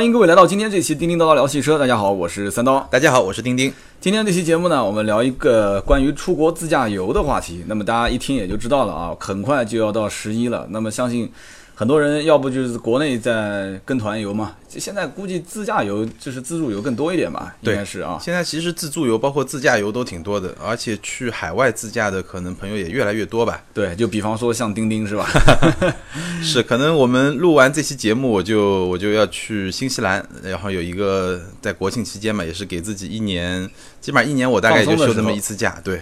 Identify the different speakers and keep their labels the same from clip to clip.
Speaker 1: 欢迎各位来到今天这期《叮叮叨叨聊汽车》，大家好，我是三刀。
Speaker 2: 大家好，我是丁丁。
Speaker 1: 今天这期节目呢，我们聊一个关于出国自驾游的话题。那么大家一听也就知道了啊，很快就要到十一了。那么相信很多人要不就是国内在跟团游嘛，就现在估计自驾游就是自助游更多一点吧，应
Speaker 2: 对
Speaker 1: 该是啊。
Speaker 2: 现在其实自助游包括自驾游都挺多的，而且去海外自驾的可能朋友也越来越多吧。
Speaker 1: 对，就比方说像钉钉是 吧？
Speaker 2: 是，可能我们录完这期节目，我就我就要去新西兰，然后有一个在国庆期间嘛，也是给自己一年，基本上一年我大概也
Speaker 1: 放
Speaker 2: 就
Speaker 1: 松的
Speaker 2: 休
Speaker 1: 时
Speaker 2: 这
Speaker 1: 候
Speaker 2: 么一次假。对，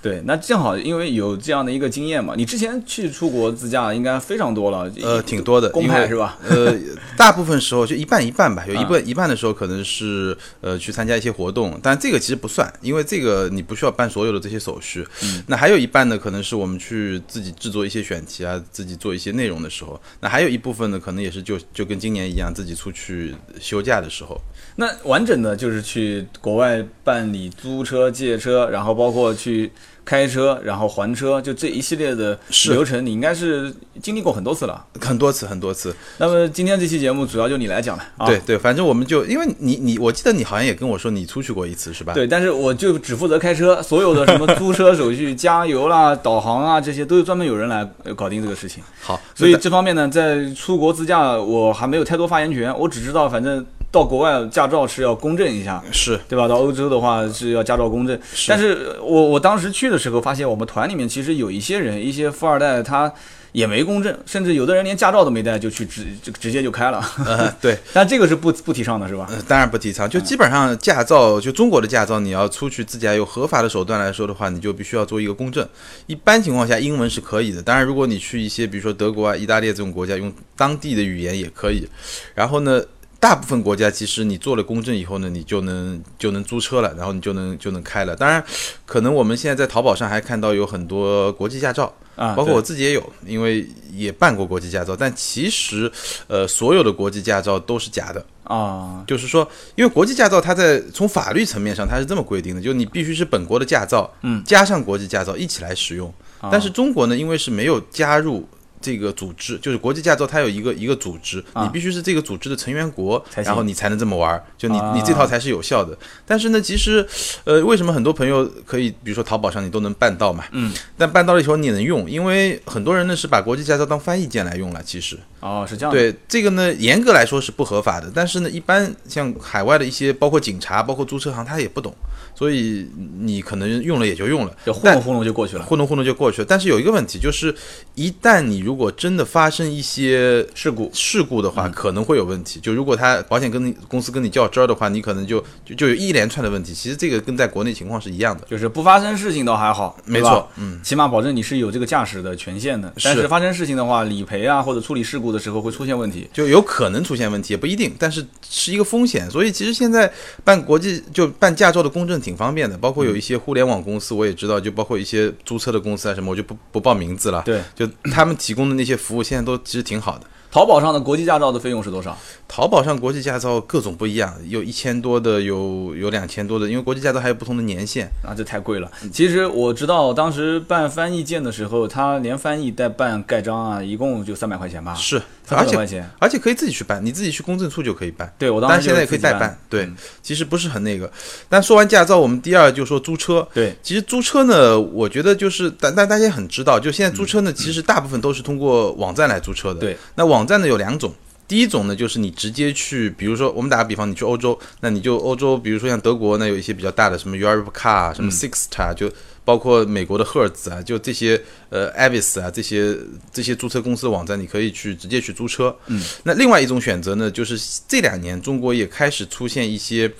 Speaker 1: 对，那正好因为有这样的一个经验嘛，你之前去出国自驾应该非常多了，
Speaker 2: 呃，挺多的，
Speaker 1: 公
Speaker 2: 因
Speaker 1: 派
Speaker 2: 为
Speaker 1: 是吧？啊
Speaker 2: 呃，大部分时候就一半一半吧，有一半一半的时候可能是呃去参加一些活动，但这个其实不算，因为这个你不需要办所有的这些手续。
Speaker 1: 嗯
Speaker 2: 那还有一半呢，可能是我们去自己制作一些选题啊，自己做一些内容的时候。那还有一部分呢，可能也是就就跟今年一样，自己出去休假的时候。
Speaker 1: 那完整的就是去国外办理租车、借车，然后包括去开车，然后还车，就这一系列的
Speaker 2: 是
Speaker 1: 流程，你应该是经历过很多次了。
Speaker 2: 很多次，很多次，
Speaker 1: 那么今天这期节目主要就你来讲了啊。
Speaker 2: 对对，反正我们就因为你你，我记得你好像也跟我说你出去过一次是吧？
Speaker 1: 对，但是我就只负责开车，所有的什么租车手续、加油啦、导航啊，这些都是专门有人来呃搞定这个事情。
Speaker 2: 好，
Speaker 1: 所以这方面呢，在出国自驾我还没有太多发言权，我只知道反正到国外驾照是要公证一下，
Speaker 2: 是
Speaker 1: 对吧？到欧洲的话是要驾照公证，
Speaker 2: 是
Speaker 1: 但是我我当时去的时候发现，我们团里面其实有一些人，一些富二代他也没公证，甚至有的人连驾照都没带就去直就直接就开了，
Speaker 2: 呃对，
Speaker 1: 但这个是不不提倡的，是吧？
Speaker 2: 呃，当然不提倡。就基本上驾照，就中国的驾照，你要出去自驾有合法的手段来说的话，你就必须要做一个公证。一般情况下，英文是可以的。当然，如果你去一些比如说德国啊、意大利这种国家，用当地的语言也可以。然后呢，大部分国家其实你做了公证以后呢，你就能就能租车了，然后你就能就能开了。当然，可能我们现在在淘宝上还看到有很多国际驾照，
Speaker 1: 啊，
Speaker 2: 呃包括
Speaker 1: 对
Speaker 2: 我自己也有，因为也办过国际驾照。但其实，呃，所有的国际驾照都是假的。
Speaker 1: 啊，
Speaker 2: 就是说，因为国际驾照它在从法律层面上它是这么规定的，就是你必须是本国的驾照，
Speaker 1: 嗯，
Speaker 2: 加上国际驾照一起来使用。
Speaker 1: 啊
Speaker 2: 但是中国呢，因为是没有加入这个组织，就是国际驾照它有一个一个组织，
Speaker 1: 啊
Speaker 2: 你必须是这个组织的成员国，
Speaker 1: 才行
Speaker 2: 然后你才能这么玩儿，就你
Speaker 1: 啊
Speaker 2: 你这套才是有效的。但是呢，其实，呃，为什么很多朋友可以，比如说淘宝上你都能办到嘛？
Speaker 1: 嗯，
Speaker 2: 但办到了以后你也能用，因为很多人呢是把国际驾照当翻译件来用了，其实。
Speaker 1: 哦，是这样的，
Speaker 2: 对这个呢，严格来说是不合法的，但是呢，一般像海外的一些，包括警察、包括租车行，他也不懂，所以你可能用了也就用了，
Speaker 1: 就糊
Speaker 2: 但
Speaker 1: 弄糊弄就过去了。
Speaker 2: 糊弄糊弄就过去了。但是有一个问题，就是一旦你如果真的发生一些
Speaker 1: 事故
Speaker 2: 事故的话，可能会有问题。就如果他保险跟你公司跟你较真儿的话，你可能就就就有一连串的问题。其实这个跟在国内情况是一样的，
Speaker 1: 就是不发生事情倒还好，
Speaker 2: 没
Speaker 1: 对吧
Speaker 2: 错，嗯，
Speaker 1: 起码保证你是有这个驾驶的权限的。但
Speaker 2: 是
Speaker 1: 是发生事情的话，理赔啊或者处理事故的时候会出现问题。
Speaker 2: 就有可能出现问题，也不一定，但是是一个风险。所以其实现在办国际就办驾照的公证挺方便的，包括
Speaker 1: 嗯
Speaker 2: 有一些互联网公司，我也知道，就包括一些租车的公司啊什么，我就不不报名字了。
Speaker 1: 对，
Speaker 2: 就他们提供的那些服务，现在都其实挺好的。
Speaker 1: 淘宝上的国际驾照的费用是多少？
Speaker 2: 淘宝上国际驾照各种不一样，有一千多的，有有两千多的，因为国际驾照还有不同的年限。
Speaker 1: 啊，这太贵了。
Speaker 2: 嗯
Speaker 1: 其实我知道，当时办翻译件的时候，他连翻译带办盖章啊，一共就三百块钱吧，
Speaker 2: 是，
Speaker 1: 三
Speaker 2: 而
Speaker 1: 百块
Speaker 2: 且
Speaker 1: 钱。
Speaker 2: 而且可以自己去办，你自己去公证处就可以办。
Speaker 1: 对我当时
Speaker 2: 但是现在也可以代
Speaker 1: 就是自己
Speaker 2: 办
Speaker 1: 办，嗯
Speaker 2: 对，其实不是很那个。但说完驾照，我们第二就说租车。
Speaker 1: 对，
Speaker 2: 其实租车呢，我觉得就是，但但大家也很知道，就现在租车呢，其实大部分都是通过网站来租车的。
Speaker 1: 对，
Speaker 2: 那网站呢有两种。第一种呢，就是你直接去，比如说我们打个比方，你去欧洲，那你就欧洲，比如说像德国呢，有一些比较大的什么 Europe Car、什么 Sixt 啊，就包括美国的赫尔兹啊，就这些呃 Avis 啊，这些这些租车公司的网站，你可以去直接去租车。嗯，那另外一种选择呢，就是这两年中国也开始出现一些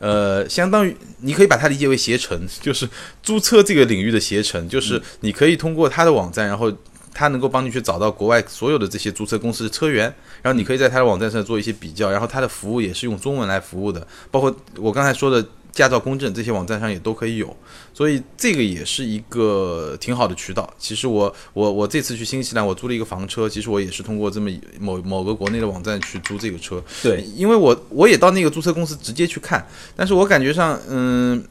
Speaker 2: 呃，相当于你可以把它理解为携程， 就是租车这个领域的携程，就是你可以通过它的网站，然后它能够帮你去找到国外所有的这些租车公司的车源，然后你可以在它的网站上做一些比较，然后它的服务也是用中文来服务的，包括我刚才说的驾照公证这些网站上也都可以有，所以这个也是一个挺好的渠道。其实我我我这次去新西兰，我租了一个房车，其实我也是通过这么一某某个国内的网站去租这个车，
Speaker 1: 对，
Speaker 2: 因为我我也到那个注册公司直接去看，但是我感觉上，嗯，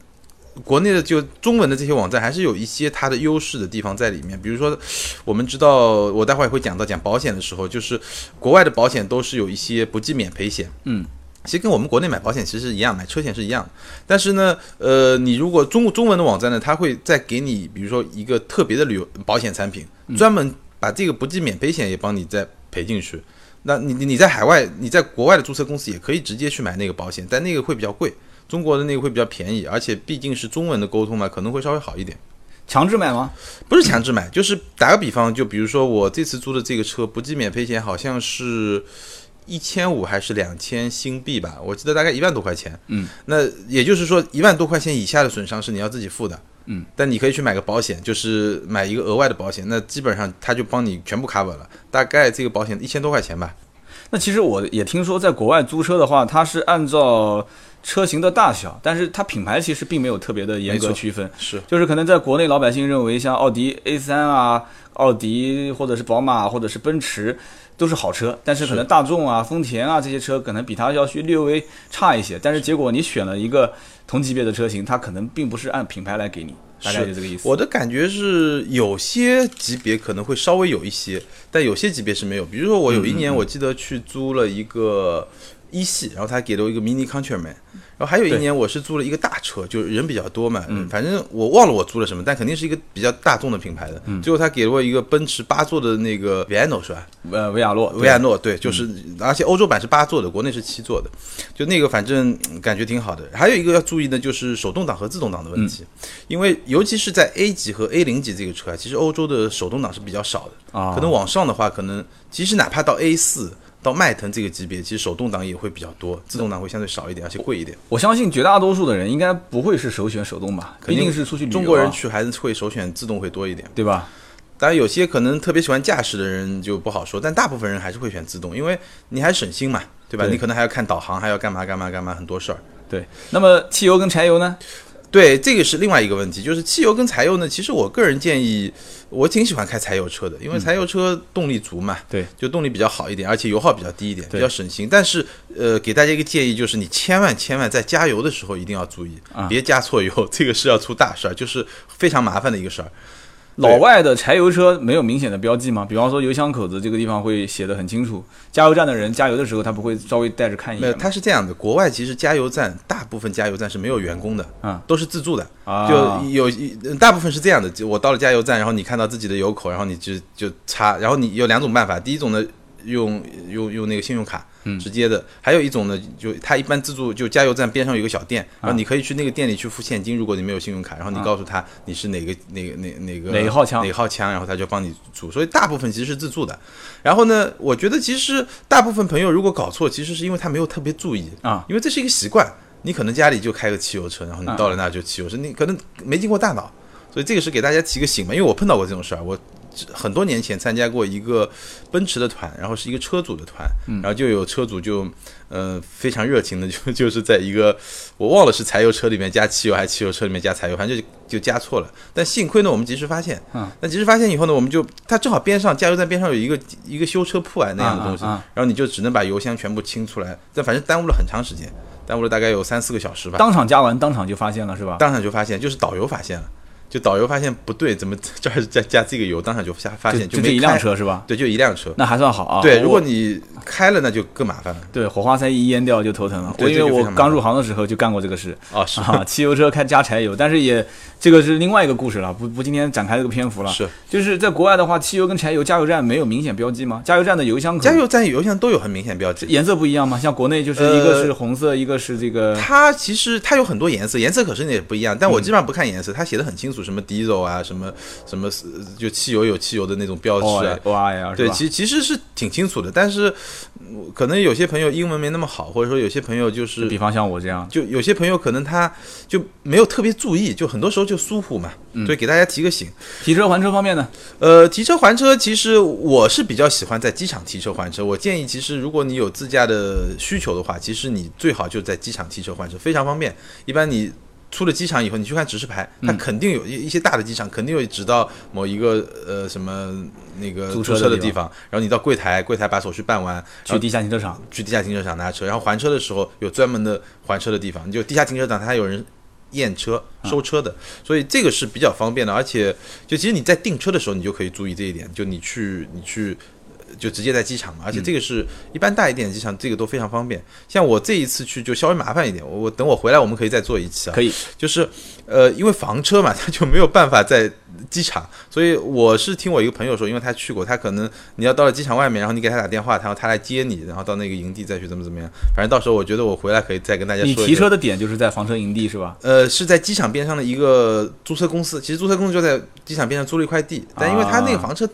Speaker 2: 国内的就中文的这些网站还是有一些它的优势的地方在里面。比如说，我们知道，我待会儿也会讲到讲保险的时候，就是国外的保险都是有一些不计免赔险，
Speaker 1: 嗯。
Speaker 2: 其实跟我们国内买保险其实是一样，买车险是一样的。但是呢，呃，你如果中中文的网站呢，它会再给你，比如说一个特别的旅游保险产品，专门把这个不计免赔险也帮你再赔进去。那你你你在海外，你在国外的注册公司也可以直接去买那个保险，但那个会比较贵，中国的那个会比较便宜，而且毕竟是中文的沟通嘛，可能会稍微好一点。
Speaker 1: 强制买吗？
Speaker 2: 不是强制买，就是打个比方，就比如说我这次租的这个车不计免赔险好像是一千五还是两千新币吧，我记得大概一万多块钱。
Speaker 1: 嗯，
Speaker 2: 那也就是说一万多块钱以下的损伤是你要自己付的。
Speaker 1: 嗯，
Speaker 2: 但你可以去买个保险，就是买一个额外的保险，那基本上它就帮你全部 cover 了，大概这个保险一千多块钱吧。
Speaker 1: 那其实我也听说，在国外租车的话，它是按照车型的大小，但是它品牌其实并没有特别的严格区分。
Speaker 2: 是，
Speaker 1: 就是可能在国内老百姓认为，像奥迪 A 3啊、奥迪或者是宝马或者是奔驰都是好车，但是可能大众啊、丰田啊这些车可能比它要去略微差一些。但是结果你选了一个同级别的车型，它可能并不是按品牌来给你，大概就这个意思。
Speaker 2: 我的感觉是，有些级别可能会稍微有一些，但有些级别是没有。比如说，我
Speaker 1: 嗯
Speaker 2: 有一年我记得去租了一个一系，然后他给了我一个 Mini Countryman，然后还有一
Speaker 1: 对嗯
Speaker 2: 年我是租了一个大车，就是人比较多嘛，反正我忘了我租了什么，但肯定是一个比较大众的品牌的。
Speaker 1: 嗯
Speaker 2: 最后他给了我一个奔驰八座的那个 Viano 是吧？
Speaker 1: 呃，维亚洛，
Speaker 2: 维亚诺对，就是，
Speaker 1: 嗯
Speaker 2: 而且欧洲版是八座的，国内是七座的，就那个反正嗯感觉挺好的。还有一个要注意的就是手动挡和自动挡的问题，
Speaker 1: 嗯
Speaker 2: 因为尤其是在 A 级和 A 零级这个车啊，其实欧洲的手动挡是比较少的，
Speaker 1: 啊
Speaker 2: 可能往上的话，可能其实哪怕到 A 四到迈腾这个级别，其实手动挡也会比较多，自动挡会相对少一点，而且贵一点。
Speaker 1: 我相信绝大多数的人应该不会是首选手动吧，
Speaker 2: 肯
Speaker 1: 毕
Speaker 2: 定
Speaker 1: 竟是出去旅游啊、
Speaker 2: 中国人去还是会首选自动会多一点。
Speaker 1: 对吧？
Speaker 2: 当然，有些可能特别喜欢驾驶的人就不好说，但大部分人还是会选自动，因为你还省心嘛，对吧？
Speaker 1: 对
Speaker 2: 你可能还要看导航，还要干嘛干嘛干嘛，很多事儿。
Speaker 1: 对，那么汽油跟柴油呢？
Speaker 2: 对，这个是另外一个问题，就是汽油跟柴油呢，其实我个人建议，我挺喜欢开柴油车的，因为柴油车动力足嘛，
Speaker 1: 嗯对，
Speaker 2: 就动力比较好一点，而且油耗比较低一点，比
Speaker 1: 对
Speaker 2: 较省心。但是，呃，给大家一个建议，就是你千万千万在加油的时候一定要注意，
Speaker 1: 啊
Speaker 2: 别加错油， 这个是要出大事儿，就是非常麻烦的一个事儿。
Speaker 1: 老外的柴油车没有明显的标记吗？比方说油箱口子这个地方会写的很清楚，加油站的人加油的时候他不会稍微带着看一
Speaker 2: 没有，
Speaker 1: 眼吗？
Speaker 2: 它是这样的，国外其实加油站大部分加油站是没有员工的，
Speaker 1: 啊
Speaker 2: 都是自助的，
Speaker 1: 啊
Speaker 2: 就有呃大部分是这样的，就我到了加油站，然后你看到自己的油口，然后你就就插，然后你有两种办法，第一种呢用用用那个信用卡。
Speaker 1: 嗯
Speaker 2: 直接的，还有一种呢，就它一般自助，就加油站边上有一个小店，
Speaker 1: 啊
Speaker 2: 然后你可以去那个店里去付现金，如果你没有信用卡，然后你告诉他你是哪个哪个哪哪个
Speaker 1: 哪一号枪
Speaker 2: 哪号枪，然后他就帮你煮。所以大部分其实是自助的。然后呢，我觉得其实大部分朋友如果搞错，其实是因为他没有特别注意
Speaker 1: 啊，
Speaker 2: 因为这是一个习惯。你可能家里就开个汽油车，然后你到了那儿就汽油车，你可能没经过大脑，所以这个是给大家提个醒嘛。因为我碰到过这种事儿，我很多年前参加过一个奔驰的团，然后是一个车主的团，然后就有车主就呃非常热情的就 就是在一个我忘了是柴油车里面加汽油还是汽油车里面加柴油，反正就就加错了。但幸亏呢我们及时发现，
Speaker 1: 嗯，
Speaker 2: 但及时发现以后呢，我们就它正好边上加油站边上有一个一个修车铺啊那样的东西，
Speaker 1: 啊啊啊
Speaker 2: 然后你就只能把油箱全部清出来，但反正耽误了很长时间，耽误了大概有三四个小时吧。
Speaker 1: 当场加完，当场就发现了是吧？
Speaker 2: 当场就发现，就是导游发现了，就导游发现不对，怎么 这儿加加这个油？当场就发发
Speaker 1: 就
Speaker 2: 现
Speaker 1: 就
Speaker 2: 没
Speaker 1: 这一辆
Speaker 2: 开，
Speaker 1: 车是吧？
Speaker 2: 对，就一辆车。
Speaker 1: 那还算好啊。
Speaker 2: 对，
Speaker 1: 我
Speaker 2: 如果你开了，那就更麻烦了。
Speaker 1: 对火花塞一淹掉就头疼了。我
Speaker 2: 对
Speaker 1: 因
Speaker 2: 这
Speaker 1: 为
Speaker 2: 个非
Speaker 1: 我
Speaker 2: 常麻烦
Speaker 1: 刚入行的时候就干过这个事。
Speaker 2: 啊，是
Speaker 1: 啊， 汽油车开加柴油，但是也这个是另外一个故事了，不不今天展开这个篇幅了。
Speaker 2: 是，
Speaker 1: 就是在国外的话，汽油跟柴油加油站没有明显标记吗？加油站的油箱口
Speaker 2: 加油站油箱都有很明显标记。
Speaker 1: 颜色不一样吗？像国内就是
Speaker 2: 呃
Speaker 1: 一个是红色，一个是这个
Speaker 2: 它其实它有很多颜色，颜色可是也不一样，但我
Speaker 1: 嗯
Speaker 2: 基本上不看颜色，它写的很清楚，什么 diesel 啊，什么什么呃就汽油有汽油的那种标志啊，
Speaker 1: O I L 哦哎是
Speaker 2: 对，
Speaker 1: 吧？
Speaker 2: 其其实是挺清楚的，但是嗯可能有些朋友英文没那么好，或者说有些朋友就是
Speaker 1: 比方像我这样，
Speaker 2: 就有些朋友可能他就没有特别注意，就很多时候就疏忽嘛，
Speaker 1: 嗯
Speaker 2: 所以给大家提个醒。
Speaker 1: 提车还车方面呢，
Speaker 2: 呃，提车还车，其实我是比较喜欢在机场提车还车。我建议，其实如果你有自驾的需求的话，其实你最好就在机场提车还车，非常方便。一般你出了机场以后，你去看指示牌，它
Speaker 1: 嗯
Speaker 2: 肯定有一一些大的机场肯定有指到某一个呃什么那个
Speaker 1: 租
Speaker 2: 租
Speaker 1: 车的
Speaker 2: 车的
Speaker 1: 地
Speaker 2: 地方，然后你到柜台，柜台把手续办完，
Speaker 1: 去地下停车场，
Speaker 2: 去地下停车场拿车，然后还车的时候有专门的还车的地方，你就地下停车场它有人验车收车的，所以这个是比较方便的。而且就其实你在订车的时候，你就可以注意这一点，就你去你去。呃就直接在机场嘛，而且这个是一般大一点的机场，这个都非常方便。像我这一次去就稍微麻烦一点，我我等我回来我们可以再做一期啊。
Speaker 1: 可以，
Speaker 2: 就是呃，因为房车嘛， 他就没有办法在机场，所以我是听我一个朋友说，因为他去过，他可能你要到了机场外面，然后你给他打电话，然后他来接你，然后到那个营地再去怎么怎么样。反正到时候我觉得我回来可以再跟大家说
Speaker 1: 你
Speaker 2: 一下。
Speaker 1: 提车的点就是在房车营地是吧？
Speaker 2: 呃，是在机场边上的一个租车公司，其实租车公司就在机场边上租了一块地，但因为它那个
Speaker 1: 啊
Speaker 2: 房车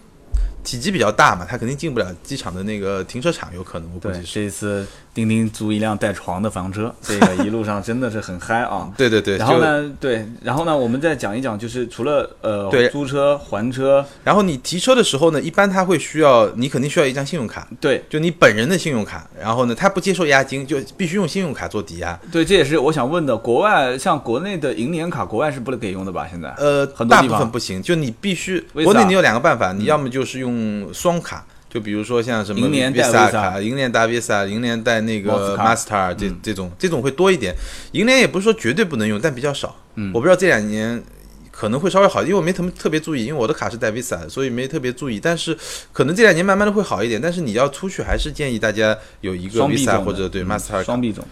Speaker 2: 体积比较大嘛，它肯定进不了机场的那个停车场，有可能我估
Speaker 1: 对
Speaker 2: 计，是。！
Speaker 1: 这一次钉钉租一辆带床的房车，这个一路上真的是很嗨啊
Speaker 2: 对对对，
Speaker 1: 然后
Speaker 2: 就？
Speaker 1: 呢，对，然后呢，我们再讲一讲，就是除了呃
Speaker 2: 对
Speaker 1: 租车还车，
Speaker 2: 然后你提车的时候呢，一般他会需要你肯定需要一张信用卡，
Speaker 1: 对
Speaker 2: 就你本人的信用卡。然后呢，他不接受押金，就必须用信用卡做抵押。
Speaker 1: 对，这也是我想问的。国外像国内的银联卡，国外是不给用的吧？现在
Speaker 2: 呃，
Speaker 1: 很多
Speaker 2: 大
Speaker 1: 地
Speaker 2: 部
Speaker 1: 方
Speaker 2: 分不行，就你必须
Speaker 1: 为
Speaker 2: 国内
Speaker 1: 啥嗯
Speaker 2: 你有两个办法，你要么就是用双卡，就比如说像什么
Speaker 1: 银联带
Speaker 2: Visa
Speaker 1: Visa
Speaker 2: 卡、银联带 Visa、银联带那个
Speaker 1: Mastercard
Speaker 2: Master 这
Speaker 1: 嗯
Speaker 2: 这种这种会多一点。银联也不是说绝对不能用，但比较少。
Speaker 1: 嗯
Speaker 2: 我不知道这两年。可能会稍微好，因为我没特特别注意，因为我的卡是带 Visa，的所以没特别注意。但是可能这两年慢慢的会好一点，但是你要出去还是建议大家有一个
Speaker 1: 双币
Speaker 2: Visa
Speaker 1: 种
Speaker 2: 或者对
Speaker 1: 嗯
Speaker 2: Master
Speaker 1: 双币种，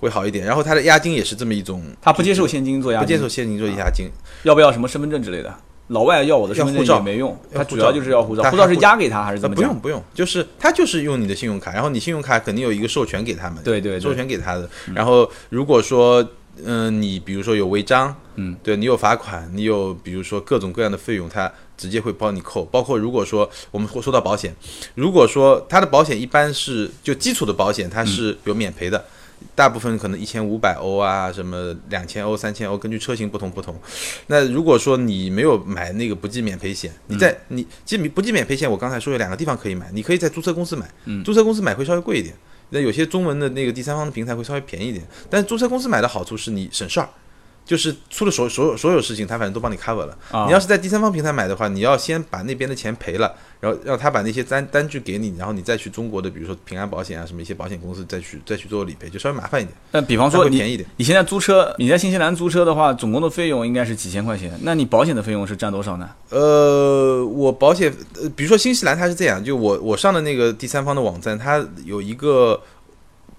Speaker 2: 会好一点。然后它的押金也是这么一种，
Speaker 1: 他不接受现金做押
Speaker 2: 不
Speaker 1: 金，
Speaker 2: 接受现金做押金，
Speaker 1: 要不要什么身份证之类的？老外要我的身份
Speaker 2: 要护
Speaker 1: 证也
Speaker 2: 照
Speaker 1: 没用，
Speaker 2: 要
Speaker 1: 他主
Speaker 2: 护照
Speaker 1: 要就是要护照
Speaker 2: 他，
Speaker 1: 护照是
Speaker 2: 还
Speaker 1: 押给他还是
Speaker 2: 呃，
Speaker 1: 怎么
Speaker 2: 不
Speaker 1: 讲？
Speaker 2: 用不用，就是他就是用你的信用卡，然后你信用卡肯定有一个授权给他们，
Speaker 1: 对对对
Speaker 2: 授权给他的。然后如果说，嗯、你比如说有违章，
Speaker 1: 嗯，
Speaker 2: 对你有罚款，你有比如说各种各样的费用，他直接会帮你扣。包括如果说我们会说到保险，如果说他的保险一般是就基础的保险，它
Speaker 1: 嗯
Speaker 2: 是有免赔的。大部分可能一千五百欧啊，什么两千欧、三千欧，根据车型不同不同。那如果说你没有买那个不计免赔险，
Speaker 1: 嗯
Speaker 2: 你在、你其实不计免赔险，我刚才说有两个地方可以买，你可以在租车公司买，
Speaker 1: 嗯
Speaker 2: 租车公司买会稍微贵一点。那有些中文的那个第三方的平台会稍微便宜一点，但是租车公司买的好处是你省事儿，就是出了所所有所有事情，他反正都帮你 cover 了。
Speaker 1: 啊
Speaker 2: 你要是在第三方平台买的话，你要先把那边的钱赔了，然后让他把那些单单据给你，然后你再去中国的，比如说平安保险啊什么一些保险公司再去再去做理赔，就稍微麻烦一点。
Speaker 1: 那比方
Speaker 2: 那
Speaker 1: 说
Speaker 2: 会
Speaker 1: 你
Speaker 2: 便宜一点
Speaker 1: 你现在租车，你在新西兰租车的话，总共的费用应该是几千块钱，那你保险的费用是占多少呢？
Speaker 2: 呃，我保险，呃，比如说新西兰，它是这样，就我我上的那个第三方的网站，它有一个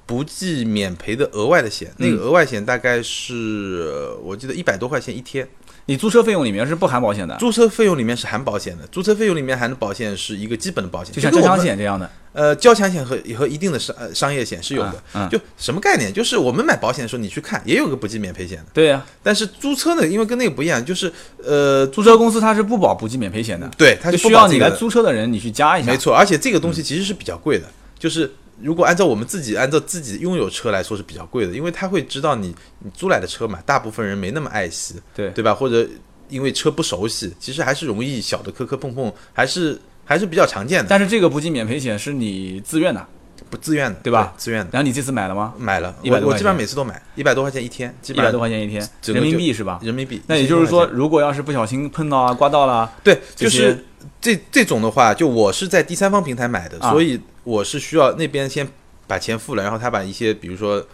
Speaker 2: 不计免赔的额外的险，那个额外险大概是呃我记得一百多块钱一天，
Speaker 1: 你租车费用里面是不含保险的，
Speaker 2: 租车费用里面是含保险的，租车费用里面含的保险是一个基本的保险，
Speaker 1: 就像
Speaker 2: 跟
Speaker 1: 车
Speaker 2: 我
Speaker 1: 商
Speaker 2: 们
Speaker 1: 险这样的。
Speaker 2: 呃，交强险和和一定的商呃商业险是有的，
Speaker 1: 嗯嗯
Speaker 2: 就什么概念？就是我们买保险的时候，你去看也有个不计免赔险的，
Speaker 1: 对呀、
Speaker 2: 但是租车呢，因为跟那个不一样，就是呃，
Speaker 1: 租车公司它是不保不计免赔险的，
Speaker 2: 对，它
Speaker 1: 就是
Speaker 2: 不
Speaker 1: 需要
Speaker 2: 保这
Speaker 1: 你
Speaker 2: 个
Speaker 1: 来嗯
Speaker 2: 的
Speaker 1: 租车的人你去加一下。
Speaker 2: 没，错，而且这个东西其实是比较贵的，就是如果按照我们自己按照自己拥有车来说是比较贵的，因为他会知道你你租来的车嘛，大部分人没那么爱惜，
Speaker 1: 对，
Speaker 2: 对吧？或者因为车不熟悉，其实还是容易小的磕磕碰碰，还是还是比较常见的，
Speaker 1: 但是这个不计免赔险是你自愿的，
Speaker 2: 不自愿的，
Speaker 1: 对吧
Speaker 2: 自愿的
Speaker 1: 然后你这次买了吗？
Speaker 2: 买了，
Speaker 1: 100多
Speaker 2: 我我
Speaker 1: 块
Speaker 2: 基本上
Speaker 1: 钱
Speaker 2: 每次都买，一百多块钱一天，基
Speaker 1: 一
Speaker 2: 本
Speaker 1: 百多块
Speaker 2: 上
Speaker 1: 钱一天，
Speaker 2: 整个
Speaker 1: 人民
Speaker 2: 就
Speaker 1: 币是吧？
Speaker 2: 人民币。
Speaker 1: 那也
Speaker 2: 1000
Speaker 1: 就是说，
Speaker 2: 块钱，
Speaker 1: 如果要是不小心碰到啊、刮到了，
Speaker 2: 对，
Speaker 1: 这
Speaker 2: 就
Speaker 1: 些
Speaker 2: 是这这种的话，就我是在第三方平台买的，
Speaker 1: 啊
Speaker 2: 所以我是需要那边先把钱付了，然后他把一些比如说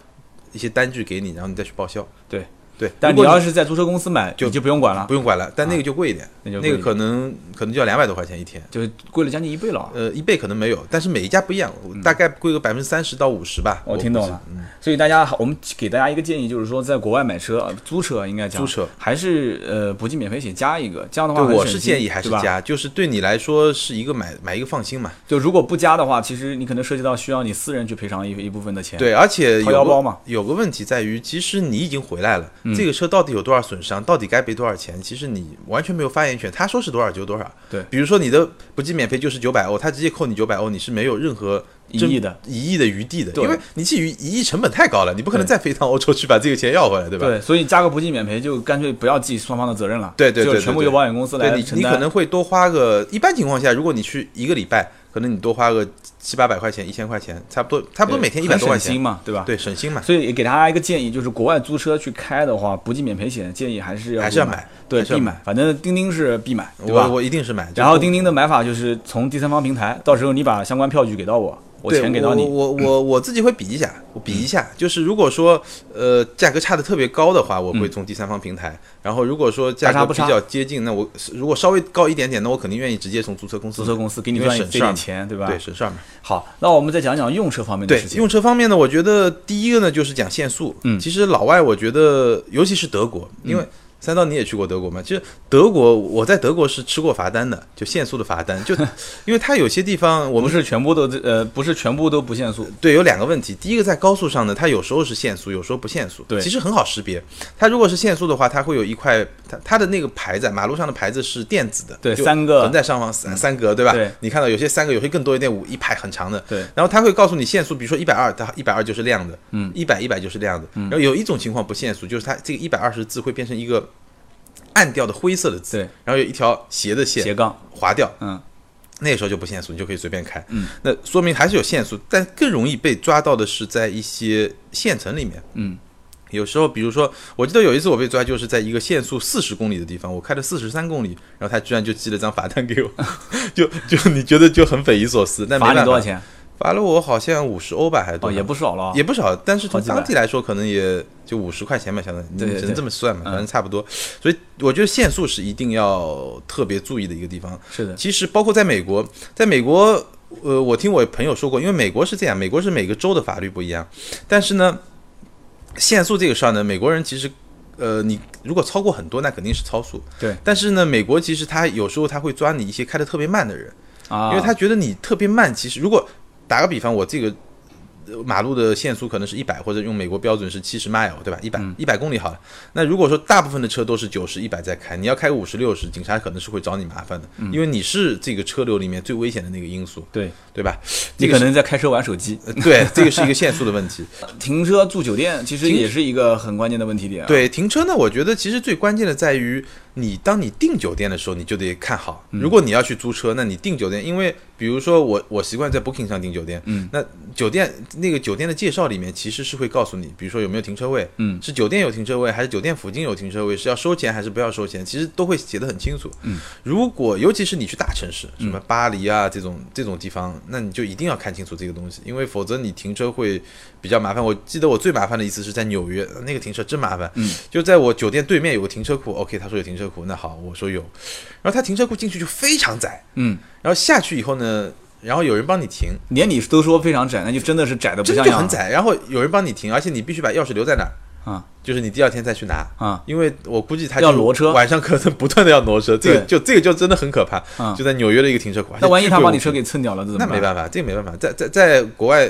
Speaker 2: 一些单据给你，然后你再去报销。
Speaker 1: 对，
Speaker 2: 对，
Speaker 1: 但
Speaker 2: 如
Speaker 1: 你
Speaker 2: 果
Speaker 1: 要是在租车公司买，
Speaker 2: 就
Speaker 1: 你就不用管了，
Speaker 2: 不用管了，但那个就贵一点，
Speaker 1: 那就
Speaker 2: 那
Speaker 1: 贵
Speaker 2: 个
Speaker 1: 一
Speaker 2: 可能可能就要两百多块钱一天。
Speaker 1: 就是贵了将近一倍了啊。
Speaker 2: 呃，一倍可能没有，但是每一家不一样，大概贵个百分之三十到五十
Speaker 1: 嗯
Speaker 2: 吧。
Speaker 1: 我
Speaker 2: 我嗯
Speaker 1: 听懂
Speaker 2: 估计
Speaker 1: 了，所以大家，我们给大家一个建议，就是说，在国外买车、呃租车应该讲，
Speaker 2: 租车
Speaker 1: 还是呃不计免赔险加一个，这样的话
Speaker 2: 对，
Speaker 1: 很
Speaker 2: 我
Speaker 1: 省
Speaker 2: 是
Speaker 1: 心
Speaker 2: 建议还是
Speaker 1: 对吧
Speaker 2: 加，就是对你来说是一个买买一个放心嘛。
Speaker 1: 就如果不加的话，其实你可能涉及到需要你私人去赔偿一一部分的钱。，
Speaker 2: 对，而且有
Speaker 1: 掏腰
Speaker 2: 个
Speaker 1: 包嘛嗯
Speaker 2: 有个问题在于，其实你已经回来了，这个车到底有多少损伤，到底该赔多少钱，其实你完全没有发言权，他说是多少就多少。
Speaker 1: 对
Speaker 2: 比如说你的不计免赔就是九百欧，他直接扣你九百欧，你是没有任何
Speaker 1: 疑
Speaker 2: 争
Speaker 1: 义的
Speaker 2: 疑义的余地的，
Speaker 1: 对
Speaker 2: 因为你基于疑义成本太高了，你不可能
Speaker 1: 对
Speaker 2: 再飞一趟欧洲去把这个钱要回来，对吧？
Speaker 1: 对，所以加个不计免赔，就干脆不要记双方的责任了。
Speaker 2: 对对对
Speaker 1: 就全部
Speaker 2: 对对
Speaker 1: 由保险公司
Speaker 2: 对
Speaker 1: 来
Speaker 2: 你，
Speaker 1: 承
Speaker 2: 你
Speaker 1: 担。
Speaker 2: 可能会多花个，一般情况下，如果你去一个礼拜，可能你多花个七八百块钱、一千块钱，差不多，差不多每天一百多块
Speaker 1: 很省心
Speaker 2: 钱，
Speaker 1: 嘛，对吧？。
Speaker 2: 对，省心嘛。
Speaker 1: 所以也给大家一个建议，就是国外租车去开的话，不计免赔险建议还是要
Speaker 2: 还是要
Speaker 1: 购
Speaker 2: 买
Speaker 1: 对，
Speaker 2: 还是要
Speaker 1: 必买。反正钉钉是必买，对吧？
Speaker 2: 我我一定是买，就
Speaker 1: 然后
Speaker 2: 不
Speaker 1: 钉钉的买法就是从第三方平台，到时候你把相关票据给到我，我钱给到你。嗯
Speaker 2: 我我我我自己会比一下，我比一下，就是如果说呃价格差的特别高的话，我会从第三方平台；然后如果说
Speaker 1: 嗯
Speaker 2: 价
Speaker 1: 大差
Speaker 2: 格
Speaker 1: 不
Speaker 2: 比
Speaker 1: 差
Speaker 2: 较接近，那我如果稍微高一点点，那我肯定愿意直接从租车公司
Speaker 1: 租
Speaker 2: 买。
Speaker 1: 车公司给你
Speaker 2: 因为
Speaker 1: 赚一
Speaker 2: 省
Speaker 1: 这
Speaker 2: 事儿
Speaker 1: 点
Speaker 2: 嘛
Speaker 1: 钱，对吧？
Speaker 2: 对，省事儿嘛。
Speaker 1: 好，那我们再讲讲用车方面的
Speaker 2: 对
Speaker 1: 事，情。
Speaker 2: 用车方面呢，我觉得第一个呢就是讲限速。嗯，其实老外我觉得，尤其是德国，
Speaker 1: 嗯
Speaker 2: 因为三刀你也去过德国嘛，其实德国我在德国是吃过罚单的，就限速的罚单，就 因为它有些地方我
Speaker 1: 不
Speaker 2: 们
Speaker 1: 是全部都呃，不是全部都不限速，
Speaker 2: 对有两个问题，第一个在高速上呢，它有时候是限速，有时候不限速，
Speaker 1: 对
Speaker 2: 其实很好识别。它如果是限速的话，它会有一块它它的那个牌子，马路上的牌子是电子的，
Speaker 1: 对
Speaker 2: 就
Speaker 1: 三个嗯
Speaker 2: 横在上方三三格，对吧？
Speaker 1: 对
Speaker 2: 你看到有些三个，有些更多一点五，一排很长的，
Speaker 1: 对
Speaker 2: 然后它会告诉你限速，比如说一百二，它一百二就是亮的，嗯，一百一百就是亮的。
Speaker 1: 嗯
Speaker 2: 然后有一种情况不限速，就是它这个一百二十字会变成一个暗掉的灰色的字，
Speaker 1: 对，
Speaker 2: 然后有一条斜的线
Speaker 1: 斜杠，
Speaker 2: 划掉，
Speaker 1: 嗯，
Speaker 2: 那时候就不限速，你就可以随便开。嗯，那说明还是有限速，但更容易被抓到的是在一些县城里面。
Speaker 1: 嗯。
Speaker 2: 有时候，比如说，我记得有一次我被抓，就是在一个限速四十公里的地方，我开了四十三公里，然后他居然就寄了张罚单给 我，就就你觉得就很匪夷所思。但没
Speaker 1: 罚你
Speaker 2: 办
Speaker 1: 多少
Speaker 2: 法？
Speaker 1: 钱？
Speaker 2: 罚了我好像五十欧吧，还是多
Speaker 1: 哦，
Speaker 2: 少？
Speaker 1: 也不少了啊，
Speaker 2: 也不少，但是
Speaker 1: 好
Speaker 2: 从
Speaker 1: 几百
Speaker 2: 当地来说，可能也就五十块钱吧，相当于你
Speaker 1: 对对
Speaker 2: 只能这么算嘛，
Speaker 1: 嗯
Speaker 2: 反正差不多。所以我觉得限速是一定要特别注意的一个地方。
Speaker 1: 是的，
Speaker 2: 其实包括在美国，在美国，呃，我听我朋友说过，因为美国是这样，美国是每个州的法律不一样，但是呢，限速这个事儿呢，美国人其实。呃，你如果超过很多，那肯定是超速。
Speaker 1: 对
Speaker 2: 但是呢，美国其实他有时候他会抓你一些开得特别慢的人，
Speaker 1: 啊，
Speaker 2: 因为他觉得你特别慢。其实如果打个比方，我这个呃马路的限速可能是一百，或者用美国标准是七十 mile，对吧？一百一百公里好了。那如果说大部分的车都是九十、一百在开，你要开五十、六十，警察可能是会找你麻烦的，因为你是这个车流里面最危险的那个因素，
Speaker 1: 对
Speaker 2: 对吧？
Speaker 1: 你可
Speaker 2: 这个是
Speaker 1: 能在开车玩手机，
Speaker 2: 呃对，这个是一个限速的问题。
Speaker 1: 停车住酒店其实也是一个很关键的问题点啊。
Speaker 2: 对，停车呢，我觉得其实最关键的在于你，当你订酒店的时候，你就得看好。
Speaker 1: 嗯
Speaker 2: 如果你要去租车，那你订酒店，因为比如说我我习惯在 Booking 上订酒店，嗯，那酒店那个酒店的介绍里面其实是会告诉你，比如说有没有停车位，
Speaker 1: 嗯
Speaker 2: 是酒店有停车位还是酒店附近有停车位，是要收钱还是不要收钱，其实都会写得很清楚。嗯，如果尤其是你去大城市，什么巴黎啊这种这种地方，那你就一定要看清楚这个东西，因为否则你停车会比较麻烦。我记得我最麻烦的一次是在纽约，那个停车真麻烦。嗯，就在我酒店对面有个停车库，OK，他说有停车库，那好，我说有，然后他停车库进去就非常窄，
Speaker 1: 嗯，
Speaker 2: 然后下去以后呢，然后有人帮你停，
Speaker 1: 连你都说非常窄，那就真的是窄的不
Speaker 2: 真
Speaker 1: 像
Speaker 2: 就
Speaker 1: 样了。
Speaker 2: 很窄，然后有人帮你停，而且你必须把钥匙留在那儿。
Speaker 1: 啊
Speaker 2: 就是你第二天再去拿
Speaker 1: 啊
Speaker 2: 因为我估计他
Speaker 1: 要
Speaker 2: 就
Speaker 1: 挪车
Speaker 2: 晚上可能不断的要挪车，这个
Speaker 1: 对
Speaker 2: 就这个就真的很可怕
Speaker 1: 嗯，
Speaker 2: 就在纽约的一个停车库。
Speaker 1: 那万一他把你
Speaker 2: 而且巨
Speaker 1: 车
Speaker 2: 贵
Speaker 1: 给蹭掉了，这
Speaker 2: 无
Speaker 1: 怎
Speaker 2: 比，那
Speaker 1: 么
Speaker 2: 没办法，这个没办法，在在在国外，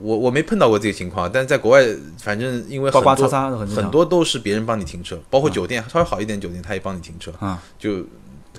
Speaker 2: 我我没碰到过这个情况，但是在国外，反正因为
Speaker 1: 刮
Speaker 2: 很
Speaker 1: 刮
Speaker 2: 多
Speaker 1: 擦擦的很正常嗯
Speaker 2: 很多都是别人帮你停车，包括酒店稍微好一点酒店他也帮你停车，
Speaker 1: 啊？
Speaker 2: 就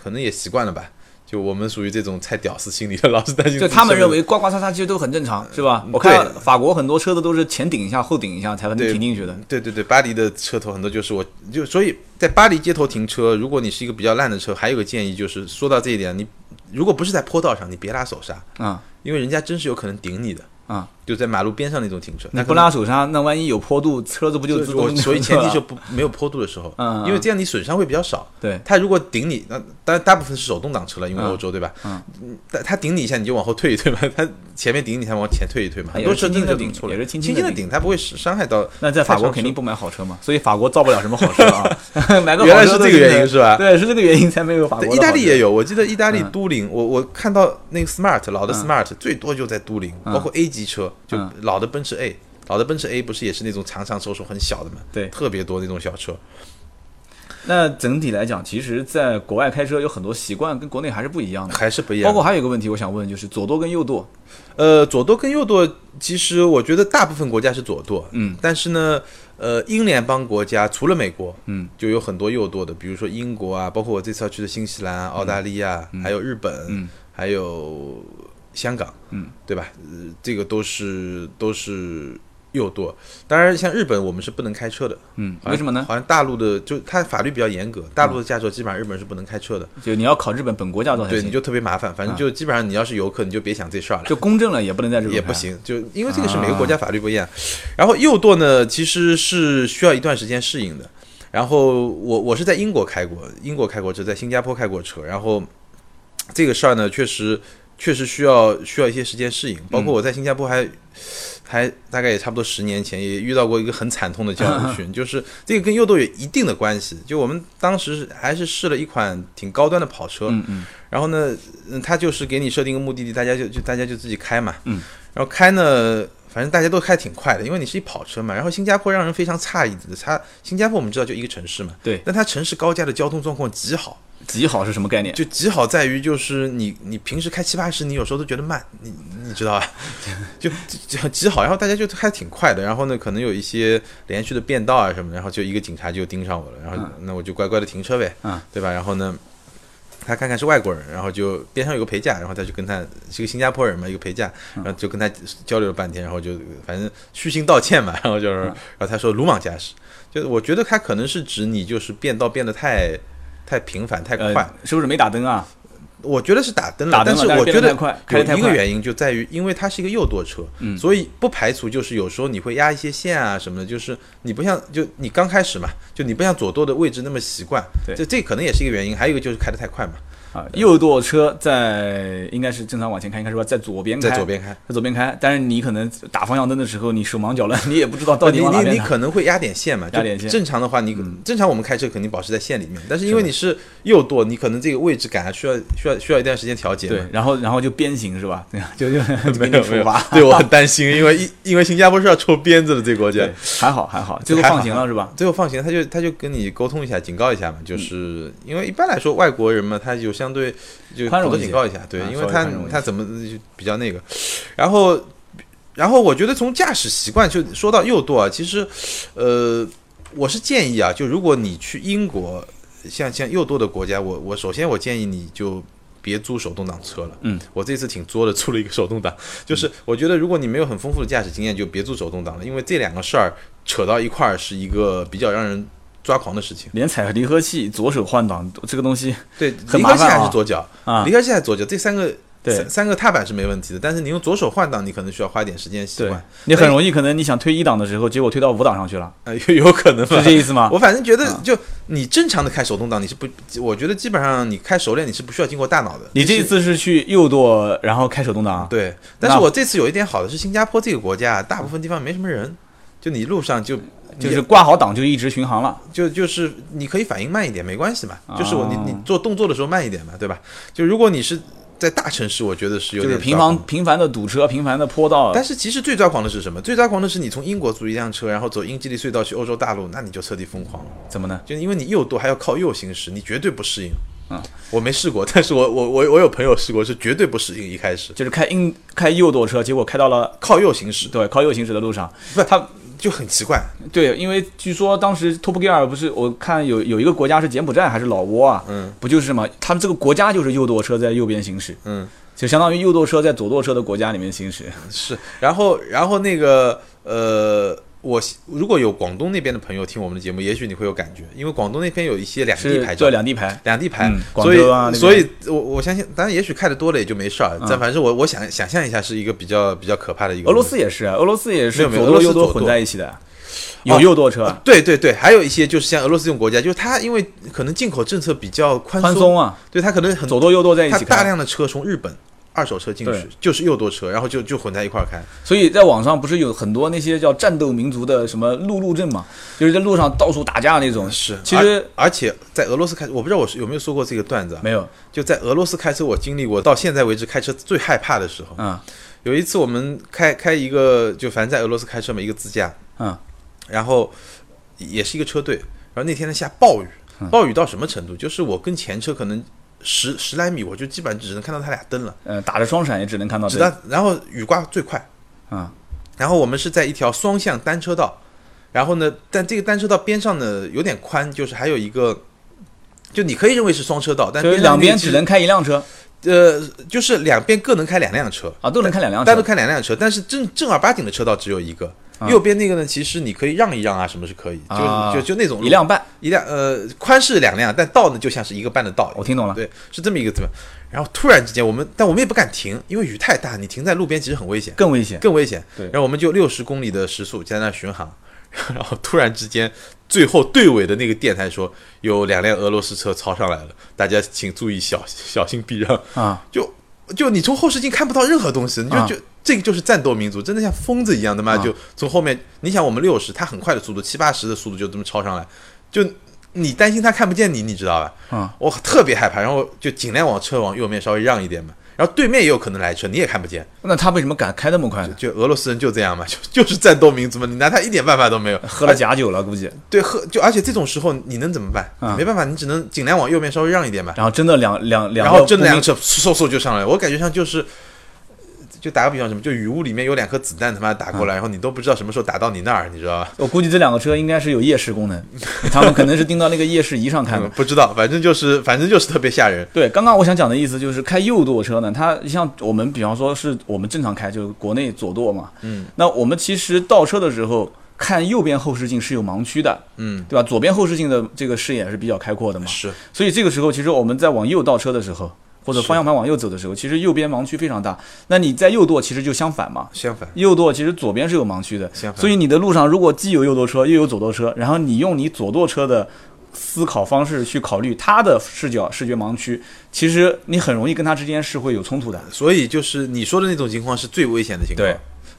Speaker 2: 可能也习惯了吧。就我们属于这种太屌丝心理了，老是担心自己
Speaker 1: 就他们
Speaker 2: 受不了
Speaker 1: 认为刮刮擦擦其实都很正常，是吧？
Speaker 2: 嗯
Speaker 1: 我看
Speaker 2: 对
Speaker 1: 法国很多车子都是前顶一下后顶一下才能
Speaker 2: 对
Speaker 1: 停进去的。
Speaker 2: 对对对，巴黎的车头很多就是我就所以在巴黎街头停车，如果你是一个比较烂的车，还有个建议就是说到这一点，你如果不是在坡道上，你别拉手刹，
Speaker 1: 啊
Speaker 2: 因为人家真是有可能顶你的，
Speaker 1: 啊！
Speaker 2: 就在马路边上那种停车。
Speaker 1: 你
Speaker 2: 那
Speaker 1: 不拉手刹，那万一有坡度，车子不就
Speaker 2: 就
Speaker 1: 自
Speaker 2: 我
Speaker 1: 动
Speaker 2: 所以前提就
Speaker 1: 就
Speaker 2: 不没有坡度的时候
Speaker 1: 嗯嗯，嗯
Speaker 2: 因为这样你损伤会比较少。
Speaker 1: 对
Speaker 2: 他如果顶你，那当然大部分是手动挡车了，因为
Speaker 1: 嗯
Speaker 2: 欧洲对吧？
Speaker 1: 嗯
Speaker 2: 嗯，但他顶你一下，你就往后退一退嘛。他前面顶你，他往前退一退嘛。
Speaker 1: 也
Speaker 2: 很
Speaker 1: 是
Speaker 2: 多车真
Speaker 1: 轻
Speaker 2: 的
Speaker 1: 轻地顶
Speaker 2: 顶错了，
Speaker 1: 也是轻轻
Speaker 2: 轻
Speaker 1: 地
Speaker 2: 的
Speaker 1: 顶
Speaker 2: 顶，他不会伤害到。
Speaker 1: 那在法国肯定不买好车嘛，所以法国造不了什么好车啊。 买个好车
Speaker 2: 原来是这个原
Speaker 1: 都
Speaker 2: 因是吧
Speaker 1: 对，是这个原因才没有法国的好
Speaker 2: 对，意
Speaker 1: 车。
Speaker 2: 大利也有，我记得意大利
Speaker 1: 嗯
Speaker 2: 都灵，我我看到那个 smart 老的 smart、最多就在都灵，包括 A 级车，就
Speaker 1: 嗯
Speaker 2: 老的奔驰 A，、老的奔驰 A 不是也是那种长长手手很小的嘛，
Speaker 1: 对
Speaker 2: 特别多那种小车，
Speaker 1: 那整体来讲，其实在国外开车有很多习惯跟国内还是不一样的。
Speaker 2: 还是不一样。
Speaker 1: 包括还有一个问题，我想问，就是左舵跟右舵，
Speaker 2: 呃，左舵跟右舵，其实我觉得大部分国家是左舵，嗯，但是呢，呃，英联邦国家除了美国，
Speaker 1: 嗯，
Speaker 2: 就有很多右舵的，比如说英国啊，包括我这次要去的新西兰啊、澳大利亚，还有日本，嗯，还有香港，嗯，对吧？呃这个都是都是右舵。当然，像日本我们是不能开车的，
Speaker 1: 嗯，
Speaker 2: 好像
Speaker 1: 为什么呢？
Speaker 2: 好像大陆的就它法律比较严格，大陆的驾照基本上日本人是不能开车的，
Speaker 1: 就你要考日本本国驾照才
Speaker 2: 对，
Speaker 1: 行
Speaker 2: 你，就特别麻烦。反正就基本上你要是游客，你就别想这事儿了。
Speaker 1: 就公证了也不能在日本
Speaker 2: 也
Speaker 1: 开
Speaker 2: 不，行，就因为这个是每
Speaker 1: 啊
Speaker 2: 个国家法律不一样。然后右舵呢，其实是需要一段时间适应的。然后我我是在英国开过，英国开过车，在新加坡开过车。然后这个事儿呢，确实确实需要需要一些时间适应。包
Speaker 1: 嗯
Speaker 2: 括我在新加坡还、还大概也差不多十年前也遇到过一个很惨痛的教 育训，就是这个跟右斗有一定的关系。就我们当时还是试了一款挺高端的跑车，
Speaker 1: 嗯嗯
Speaker 2: 然后呢，嗯，他就是给你设定一个目的地，大家就就大家就自己开嘛。然后开呢，反正大家都开挺快的，因为你是一跑车嘛。然后新加坡让人非常诧异的，它新加坡我们知道就一个城市嘛，
Speaker 1: 对
Speaker 2: 但它城市高架的交通状况极好，
Speaker 1: 极好是什么概念？
Speaker 2: 就极好在于就是你你平时开七八十，你有时候都觉得慢，你你知道吧？ 就就极好，然后大家就开挺快的，然后呢，可能有一些连续的变道啊什么的，然后就一个警察就盯上我了，然后那我就乖乖的停车呗，
Speaker 1: 嗯
Speaker 2: 对吧？然后呢，他看看是外国人，然后就边上有个陪嫁，然后他就跟他是个新加坡人嘛，一个陪嫁，
Speaker 1: 嗯
Speaker 2: 然后就跟他交流了半天，然后就反正虚心道歉嘛，然后
Speaker 1: 嗯
Speaker 2: 就是，然后他说鲁莽驾驶，就我觉得他可能是指你就是变道变得太。太频繁太快、
Speaker 1: 呃，是不是没打灯啊？
Speaker 2: 我觉得是打灯了，
Speaker 1: 打灯了
Speaker 2: 但是我
Speaker 1: 但
Speaker 2: 觉
Speaker 1: 是变得
Speaker 2: 得
Speaker 1: 太快开得太
Speaker 2: 有一
Speaker 1: 快嗯
Speaker 2: 个原因就在于，因为它是一个右舵车，所以不排除就是有时候你会压一些线啊什么的，就是你不像就你刚开始嘛，就你不像左舵的位置那么习惯，
Speaker 1: 对
Speaker 2: 这这可能也是一个原因，还有一个就是开得太快嘛，
Speaker 1: 啊，右舵车在应该是正常往前开，应该是吧，在左边嗯开，
Speaker 2: 在左边开，
Speaker 1: 在左边开。但是你可能打方向灯的时候，你手忙脚乱，哦你也不知道到底
Speaker 2: 你
Speaker 1: 往哪
Speaker 2: 你
Speaker 1: 边
Speaker 2: 你
Speaker 1: 打。
Speaker 2: 可能会压点线嘛，
Speaker 1: 压点线嗯
Speaker 2: 就正常的话你，正常我们开车肯定保持在线里面，但是因为你是右舵，你可能这个位置感啊需要需要需要一段时间调节嘛，
Speaker 1: 对，然后然后就鞭刑是吧？ 对啊，就就就给
Speaker 2: 没
Speaker 1: 你
Speaker 2: 有
Speaker 1: 处
Speaker 2: 没有
Speaker 1: 罚。，
Speaker 2: 对我很担心，因为因因为新加坡是要抽鞭子的这个国家
Speaker 1: 对。，还好还好，最后
Speaker 2: 还好
Speaker 1: 放行了是吧？
Speaker 2: 最后放行，他就他就跟你沟通一下，警告一下嘛，就是因为一般来说外国人嘛，他就相对就
Speaker 1: 宽容
Speaker 2: 口头
Speaker 1: 一些
Speaker 2: 警告一下，对
Speaker 1: 啊，
Speaker 2: 因
Speaker 1: 稍
Speaker 2: 为
Speaker 1: 微
Speaker 2: 他
Speaker 1: 宽容一些
Speaker 2: 他怎么就比较那个，然后然后我觉得从驾驶习惯就说到右舵啊，其实呃，我是建议啊，就如果你去英国，像像右舵的国家，我我首先我建议你就。别租手动挡车了，
Speaker 1: 嗯，
Speaker 2: 我这次挺作的，租了一个手动挡。就是我觉得，如果你没有很丰富的驾驶经验，就别租手动挡了，因为这两个事儿扯到一块儿是一个比较让人抓狂的事情。
Speaker 1: 连踩和离合器、左手换挡这个东西
Speaker 2: 对，
Speaker 1: 很
Speaker 2: 离
Speaker 1: 麻
Speaker 2: 合器
Speaker 1: 烦啊
Speaker 2: 还是左脚
Speaker 1: 啊
Speaker 2: 离合器还是左脚，这三个
Speaker 1: 对
Speaker 2: 三三个踏嗯板是没问题的，但是你用左手换挡，你可能需要花一点时间习
Speaker 1: 对
Speaker 2: 惯，
Speaker 1: 你很容易可能你想推一档的时候，结果推到五档上去 了，
Speaker 2: 呃，有有可能吧
Speaker 1: 是这意思吗？
Speaker 2: 我反正觉得
Speaker 1: 啊，
Speaker 2: 就你正常的开手动挡，你是不，我觉得基本上你开熟练，你是不需要经过大脑的。
Speaker 1: 你这一
Speaker 2: 是
Speaker 1: 次是去右舵，然后开手动挡啊？
Speaker 2: 对，但是
Speaker 1: 那
Speaker 2: 我这次有一点好的是，新加坡这个国家大部分地方没什么人，就你路上就
Speaker 1: 就是挂好档就一直巡航了。
Speaker 2: 就就是你可以反应慢一点，没关系嘛，就是我你
Speaker 1: 哦
Speaker 2: 你做动作的时候慢一点嘛，对吧？就如果你是在大城市，我觉得是有
Speaker 1: 就是
Speaker 2: 点
Speaker 1: 频
Speaker 2: 抓狂
Speaker 1: 繁频繁的堵车，频繁的坡道，
Speaker 2: 但是其实最抓狂的是什么？最抓狂的是你从英国租一辆车，然后走英吉利隧道去欧洲大陆，那你就彻底疯狂了。
Speaker 1: 怎么呢？
Speaker 2: 就因为你右舵还要靠右行驶，你绝对不适应。
Speaker 1: 嗯，
Speaker 2: 我没试过，但是我我我我有朋友试过，是绝对不适应。一开始
Speaker 1: 就是开硬开右舵车，结果开到了
Speaker 2: 靠右行驶
Speaker 1: 对靠右行驶的路上。
Speaker 2: 不
Speaker 1: 他
Speaker 2: 就很奇怪。
Speaker 1: 对，因为据说当时 Top Gear 不是我看有有一个国家是柬埔寨还是老挝啊，
Speaker 2: 嗯
Speaker 1: 不就是吗？他们这个国家就是右舵车在右边行驶，
Speaker 2: 嗯，
Speaker 1: 就相当于右舵车在左舵车的国家里面行驶。
Speaker 2: 是。然后然后那个呃，我如果有广东那边的朋友听我们的节目，也许你会有感觉，因为广东那边有一些两地
Speaker 1: 是
Speaker 2: 牌照
Speaker 1: 对，两地牌，
Speaker 2: 两地牌
Speaker 1: 嗯，广
Speaker 2: 所以
Speaker 1: 州啊那边嗯
Speaker 2: 所以我我相信，当然也许看的多了也就没事儿，但反正我我想想象一下是一个比较比较可怕的一个
Speaker 1: 俄罗斯
Speaker 2: 问
Speaker 1: 也是，啊俄罗斯也
Speaker 2: 没
Speaker 1: 是
Speaker 2: 有没有
Speaker 1: 左舵右舵
Speaker 2: 俄罗斯左舵哦
Speaker 1: 混在一起的，有右舵车，
Speaker 2: 题。对对对，还有一些就是像俄罗斯这种国家，就是它因为可能进口政策比较宽
Speaker 1: 宽松啊，
Speaker 2: 对它可能很
Speaker 1: 左舵右舵在一
Speaker 2: 它
Speaker 1: 起
Speaker 2: 大
Speaker 1: 开。
Speaker 2: 量的车从日本二手车进
Speaker 1: 对
Speaker 2: 去，就是右舵车，然后就就混在一块儿开。
Speaker 1: 所以在网上不是有很多那些叫战斗民族的什么陆路症嘛，就是在路上到处打架那种。
Speaker 2: 是，
Speaker 1: 其实
Speaker 2: 而而且在俄罗斯开，我不知道我是有没有说过这个段子啊，
Speaker 1: 没有，
Speaker 2: 就在俄罗斯开车，我经历过到现在为止开车最害怕的时候。
Speaker 1: 嗯
Speaker 2: 有一次我们开开一个，就反正在俄罗斯开车嘛，一个自驾，
Speaker 1: 嗯，
Speaker 2: 然后也是一个车队。然后那天呢下暴雨，
Speaker 1: 嗯
Speaker 2: 暴雨到什么程度？就是我跟前车可能十十来米，我就基本上只能看到他俩灯了。
Speaker 1: 呃，打着双闪也只能看到
Speaker 2: 只
Speaker 1: 这
Speaker 2: 能然后雨刮最快，
Speaker 1: 啊，
Speaker 2: 然后我们是在一条双向单车道，然后呢，但这个单车道边上呢有点宽，就是还有一个。就你可以认为是双车道，但
Speaker 1: 就是
Speaker 2: 边上
Speaker 1: 两边
Speaker 2: 那个
Speaker 1: 只能开一辆车
Speaker 2: 呃，就是两边各能开两辆车，
Speaker 1: 啊，都能开两辆
Speaker 2: 单独
Speaker 1: 车。
Speaker 2: 开两辆车，但是正正儿八经的车道只有一个。右边那个呢，其实你可以让一让啊，什么是可以，就
Speaker 1: 啊
Speaker 2: 就就那种路
Speaker 1: 一辆半，
Speaker 2: 一辆呃宽是两辆，但道呢就像是一个半的道。
Speaker 1: 我听懂了
Speaker 2: 对，是这么一个怎么？然后突然之间，我们但我们也不敢停，因为雨太大，你停在路边其实很危险，
Speaker 1: 更危险。
Speaker 2: 更危险。
Speaker 1: 对
Speaker 2: 然后我们就六十公里的时速在那巡航， 然后突然之间，最后队尾的那个电台说有两辆俄罗斯车超上来了，大家请注意小小心避让。
Speaker 1: 啊，
Speaker 2: 就就你从后视镜看不到任何东西，你就
Speaker 1: 啊
Speaker 2: 就这个就是战斗民族，真的像疯子一样的嘛，
Speaker 1: 啊
Speaker 2: 就从后面，你想我们六十，他很快的速度，七八十的速度就这么超上来，就你担心他看不见你，你知道吧？
Speaker 1: 啊，
Speaker 2: 我特别害怕，然后就尽量往车往右面稍微让一点嘛，然后对面也有可能来车，你也看不见，
Speaker 1: 那他为什么敢开那么快呢？
Speaker 2: 就俄罗斯人就这样嘛，就就是战斗民族嘛，你拿他一点办法都没有，
Speaker 1: 喝了假酒了估计，
Speaker 2: 对，喝就而且这种时候你能怎么办？
Speaker 1: 嗯
Speaker 2: 没办法，你只能尽量往右面稍微让一点吧。
Speaker 1: 然后真的两两两
Speaker 2: 然
Speaker 1: 个
Speaker 2: 后真
Speaker 1: 步
Speaker 2: 的两
Speaker 1: 兵
Speaker 2: 个车嗖嗖就上来了，我感觉像就是，就打个比方什么，就雨雾里面有两颗子弹他妈打
Speaker 1: 嗯
Speaker 2: 过来，然后你都不知道什么时候打到你那儿，你知道吧？
Speaker 1: 我估计这两个车应该是有夜视功能，他们可能是盯到那个夜视仪上看
Speaker 2: 嗯
Speaker 1: 的。
Speaker 2: 不知道，反正就是反正就是特别吓人。
Speaker 1: 对，刚刚我想讲的意思就是开右舵车呢，它像我们比方说是我们正常开，就是国内左舵嘛，
Speaker 2: 嗯，
Speaker 1: 那我们其实倒车的时候看右边后视镜是有盲区的，
Speaker 2: 嗯，
Speaker 1: 对吧？左边后视镜的这个视野是比较开阔的嘛，
Speaker 2: 是
Speaker 1: 所以这个时候，其实我们在往右倒车的时候，或者方向盘往右走的时候，其实右边盲区非常大。那你在右舵其实就相反嘛，
Speaker 2: 相反，
Speaker 1: 右舵其实左边是有盲区的
Speaker 2: 相，反
Speaker 1: 所以你的路上如果既有右舵车又有左舵车，然后你用你左舵车的思考方式去考虑它的视角视觉盲区，其实你很容易跟它之间是会有冲突的。
Speaker 2: 所以就是你说的那种情况是最危险的情况。
Speaker 1: 对，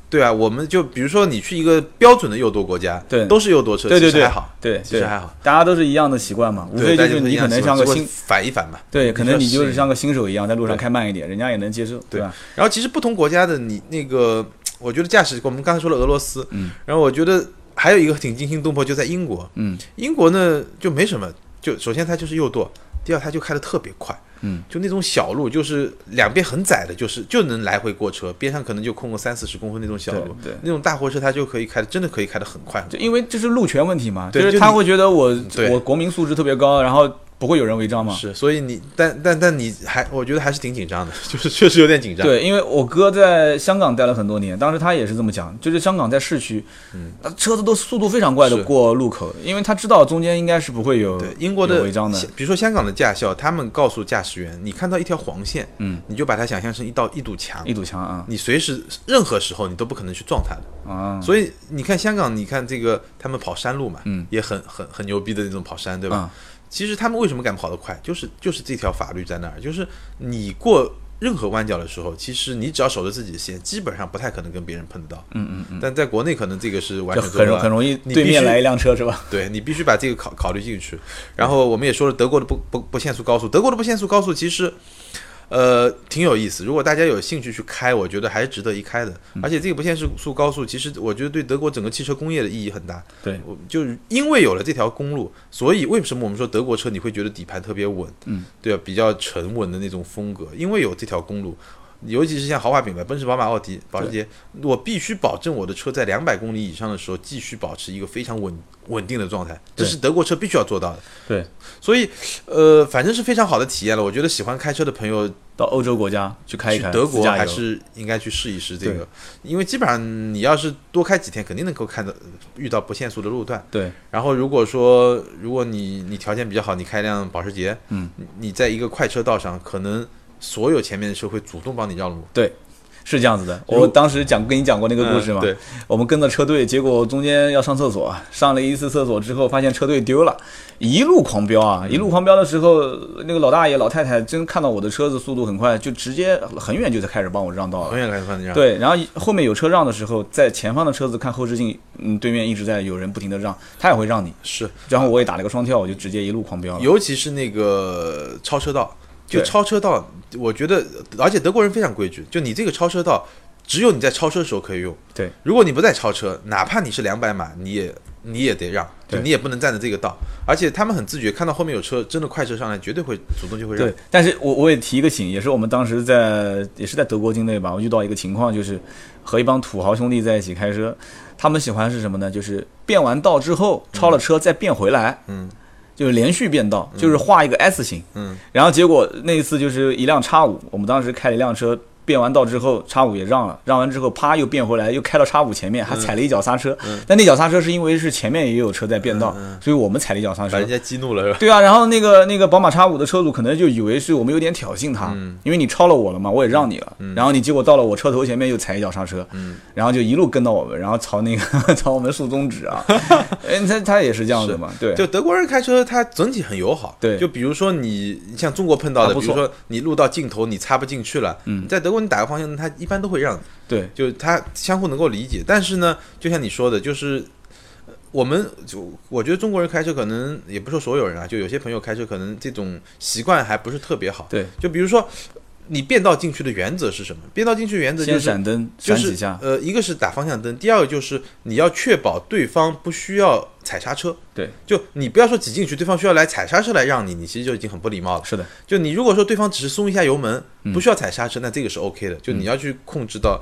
Speaker 2: 对啊，我们就比如说你去一个标准的右舵国家，
Speaker 1: 对
Speaker 2: 都是右舵车，
Speaker 1: 对对
Speaker 2: 其实
Speaker 1: 对，
Speaker 2: 还好，
Speaker 1: 对，
Speaker 2: 其实还好，
Speaker 1: 大家都是一样的习惯嘛，无
Speaker 2: 对，
Speaker 1: 非
Speaker 2: 大
Speaker 1: 就
Speaker 2: 家
Speaker 1: 是
Speaker 2: 都一
Speaker 1: 你
Speaker 2: 样
Speaker 1: 可能
Speaker 2: 习
Speaker 1: 像个
Speaker 2: 惯只会
Speaker 1: 新，
Speaker 2: 反一反嘛。
Speaker 1: 对，可能你就是
Speaker 2: 是
Speaker 1: 像个新手一样，在路上
Speaker 2: 对
Speaker 1: 开慢一点，人家也能接受，对吧？
Speaker 2: 然后其实不同国家的你那个，我觉得驾驶，我们刚才说了俄罗斯，
Speaker 1: 嗯，
Speaker 2: 然后我觉得还有一个挺惊心动魄，就在英国，
Speaker 1: 嗯，
Speaker 2: 英国呢就没什么，就首先它就是右舵，第二它就开得特别快，
Speaker 1: 嗯，
Speaker 2: 就那种小路，就是两边很窄的，就是就能来回过车，边上可能就空个三四十公分那种小路，
Speaker 1: 对对
Speaker 2: 那种大货车它就可以开的，真的可以开得很快，
Speaker 1: 就因为这是路权问题嘛，
Speaker 2: 对
Speaker 1: 就是
Speaker 2: 就
Speaker 1: 他
Speaker 2: 你
Speaker 1: 会觉得我
Speaker 2: 对
Speaker 1: 我国民素质特别高，然后不会有人违章嘛。
Speaker 2: 是，所以你但但但你还我觉得还是挺紧张的，就是确实有点紧张，
Speaker 1: 对，因为我哥在香港待了很多年，当时他也是这么讲，就是香港在市区，
Speaker 2: 嗯
Speaker 1: 那车子都速度非常快的
Speaker 2: 是
Speaker 1: 过路口，因为他知道中间应该是不会有
Speaker 2: 对，英国
Speaker 1: 有
Speaker 2: 的
Speaker 1: 违章的。
Speaker 2: 比如说香港的驾校，他们告诉驾驶员，你看到一条黄线，
Speaker 1: 嗯，
Speaker 2: 你就把它想象成一道一堵墙
Speaker 1: 一，堵墙啊
Speaker 2: 你随时任何时候你都不可能去撞它的。
Speaker 1: 啊，
Speaker 2: 所以你看香港，你看这个他们跑山路嘛，
Speaker 1: 嗯，
Speaker 2: 也很很很牛逼的那种跑山，对吧？
Speaker 1: 啊
Speaker 2: 其实他们为什么敢跑得快，就是就是这条法律在那儿，就是你过任何弯角的时候，其实你只要守着自己的线，基本上不太可能跟别人碰得到。嗯嗯嗯。但在国内可能这个是完
Speaker 1: 就
Speaker 2: 全做
Speaker 1: 很
Speaker 2: 不
Speaker 1: 容
Speaker 2: 到的
Speaker 1: 很容易
Speaker 2: 你
Speaker 1: 对
Speaker 2: 必
Speaker 1: 面
Speaker 2: 须
Speaker 1: 来一辆车是吧？
Speaker 2: 对你必须把这个考考虑进去。然后我们也说了，德国的不不不限速高速，德国的不限速高速其实，呃，挺有意思。如果大家有兴趣去开，我觉得还是值得一开的。而且这个不限速高速，其实我觉得对德国整个汽车工业的意义很大。
Speaker 1: 对，
Speaker 2: 我就是因为有了这条公路，所以为什么我们说德国车你会觉得底盘特别稳？
Speaker 1: 嗯，
Speaker 2: 对啊，比较沉稳的那种风格，因为有这条公路。尤其是像豪华品牌，奔驰、宝马、奥迪、保时捷，我必须保证我的车在两百公里以上的时候，继续保持一个非常稳稳定的状态，这
Speaker 1: 对
Speaker 2: 是德国车必须要做到的。
Speaker 1: 对，
Speaker 2: 所以，呃，反正是非常好的体验了。我觉得喜欢开车的朋友
Speaker 1: 到欧洲国家去开一
Speaker 2: 去
Speaker 1: 开，
Speaker 2: 德
Speaker 1: 自
Speaker 2: 国
Speaker 1: 驾游
Speaker 2: 还是应该去试一试这
Speaker 1: 对
Speaker 2: 个，因为基本上你要是多开几天，肯定能够看到遇到不限速的路段。
Speaker 1: 对
Speaker 2: 然后如果说如果你你条件比较好，你开一辆保时捷，
Speaker 1: 嗯
Speaker 2: 你，你在一个快车道上，可能所有前面的车会主动帮你让路。
Speaker 1: 对。是这样子的，
Speaker 2: 如
Speaker 1: 我当时讲跟你讲过那个故事嘛，
Speaker 2: 嗯对，
Speaker 1: 我们跟着车队，结果中间要上厕所，啊上了一次厕所之后，发现车队丢了，一路狂飙啊！一路狂飙的时候，那个老大爷老太太真看到我的车子速度很快，就直接很远就在开始帮我让道
Speaker 2: 永
Speaker 1: 了。
Speaker 2: 远开放你让。，
Speaker 1: 对，然后后面有车让的时候，在前方的车子看后视镜，嗯，对面一直在有人不停的让，他也会让你。
Speaker 2: 是，
Speaker 1: 然后我也打了个双跳，我就直接一路狂飙了。
Speaker 2: 尤其是那个超车道，就
Speaker 1: 对
Speaker 2: 超车道，我觉得，而且德国人非常规矩，就你这个超车道，只有你在超车的时候可以用。
Speaker 1: 对，
Speaker 2: 如果你不在超车，哪怕你是两百码，你也你也得让，就
Speaker 1: 对
Speaker 2: 你也不能占着这个道。而且他们很自觉，看到后面有车，真的快车上来，绝对会主动就会让
Speaker 1: 对。，但是我我也提一个醒，也是我们当时在也是在德国境内吧，我遇到一个情况，就是和一帮土豪兄弟在一起开车，他们喜欢是什么呢？就是变完道之后超了车再变回来，
Speaker 2: 嗯，
Speaker 1: 就是连续变道，就是画一个 S 型，
Speaker 2: 嗯，
Speaker 1: 然后结果那一次就是一辆叉五，我们当时开了一辆车。变完道之后，叉五也让了，让完之后啪又变回来，又开到叉五前面，还踩了一脚刹车。
Speaker 2: 嗯
Speaker 1: 但那脚刹车是因为是前面也有车在变道，所以我们踩了一脚刹车
Speaker 2: 把。人家激怒了是吧？
Speaker 1: 对啊，然后那个那个宝马叉五的车主可能就以为是我们有点挑衅他，
Speaker 2: 嗯
Speaker 1: 因为你超了我了嘛，我也让你了，然后你结果到了我车头前面又踩一脚刹车，
Speaker 2: 嗯
Speaker 1: 然后就一路跟到我们，然后朝那 个朝我们竖中指啊，哎，他他也是这样子嘛，对，
Speaker 2: 就德国人开车，他整体很友好。
Speaker 1: 对
Speaker 2: 就比如说你你像中国碰到
Speaker 1: 还
Speaker 2: 的，
Speaker 1: 不
Speaker 2: 比如
Speaker 1: 错
Speaker 2: 说你路到尽头你插不进去了，嗯，在德国你打个方向灯，他一般都会让你，
Speaker 1: 对
Speaker 2: 就他相互能够理解。但是呢，就像你说的，就是呃我们就我觉得中国人开车可能也不是说所有人啊，就有些朋友开车可能这种习惯还不是特别好。
Speaker 1: 对，
Speaker 2: 就比如说你变道进去的原则是什么？变道进去原则就
Speaker 1: 先
Speaker 2: 是
Speaker 1: 闪灯
Speaker 2: 就
Speaker 1: 闪
Speaker 2: 是
Speaker 1: 几下，
Speaker 2: 呃，一个是打方向灯，第二个就是你要确保对方不需要踩刹车。
Speaker 1: 对，
Speaker 2: 就你不要说挤进去，对方需要来踩刹车来让你，你其实就已经很不礼貌了。
Speaker 1: 是的，
Speaker 2: 就你如果说对方只是松一下油门，
Speaker 1: 嗯
Speaker 2: 不需要踩刹车，那这个是 OK 的。就你要去控制到、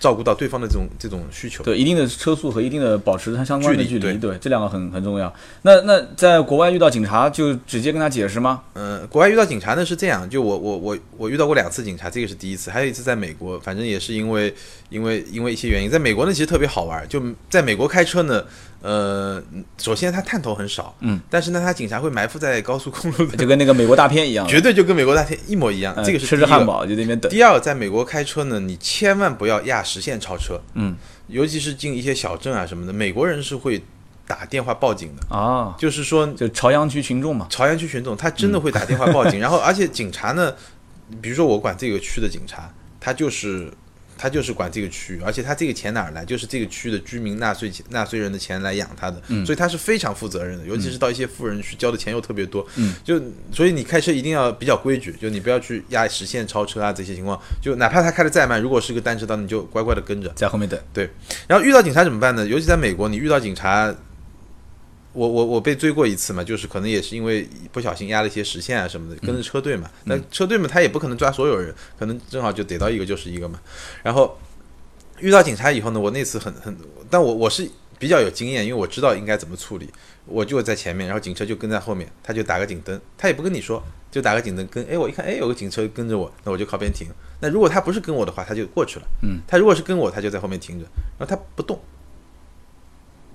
Speaker 2: 照顾到对方的这种这种需求。
Speaker 1: 对一定的车速和一定的保持它相关的
Speaker 2: 距
Speaker 1: 距
Speaker 2: 离
Speaker 1: 离，对，这两个很很重要。那那在国外遇到警察就直接跟他解释 吗？
Speaker 2: 嗯、国外遇到警察呢是这样，就我我我我遇到过两次警察，这个是第一次，还有一次在美国，反正也是因为因为因为一些原因，在美国呢其实特别好玩，就在美国开车呢，呃，首先它探头很少，嗯，但是呢，它警察会埋伏在高速公路的，
Speaker 1: 就跟那个美国大片一样，
Speaker 2: 绝对就跟美国大片一模一样，
Speaker 1: 呃
Speaker 2: 这个是
Speaker 1: 吃
Speaker 2: 第
Speaker 1: 着
Speaker 2: 一个
Speaker 1: 汉堡就在那边等，
Speaker 2: 第二，在美国开车呢，你千万不要压实线超车，
Speaker 1: 嗯，
Speaker 2: 尤其是进一些小镇啊什么的，美国人是会打电话报警的，
Speaker 1: 啊，
Speaker 2: 就是说
Speaker 1: 就朝阳区群众嘛，
Speaker 2: 朝阳区群众他真的会打电话报警，然后而且警察呢，比如说我管这个区的警察，他就是。他就是管这个区域，而且他这个钱哪儿来，就是这个区的居民纳税纳税人的钱来养他的，所以他是非常负责任的，尤其是到一些富人区交的钱又特别多，就所以你开车一定要比较规矩，就你不要去压实线超车啊这些情况，就哪怕他开的再慢，如果是个单车道，你就乖乖的跟着，
Speaker 1: 在后面等。
Speaker 2: 对，然后遇到警察怎么办呢？尤其在美国，你遇到警察，我我我被追过一次嘛，就是可能也是因为不小心压了一些实线啊什么的，跟着车队嘛。那、车队嘛，他也不可能抓所有人，可能正好就逮到一个就是一个嘛。然后遇到警察以后呢，我那次很很，但我我是比较有经验，因为我知道应该怎么处理。我就在前面，然后警车就跟在后面，他就打个警灯，他也不跟你说，就打个警灯跟。哎，我一看，哎，有个警车跟着我，那我就靠边停。那如果他不是跟我的话，他就过去了。
Speaker 1: 嗯，
Speaker 2: 他如果是跟我，他就在后面停着，然后他不动。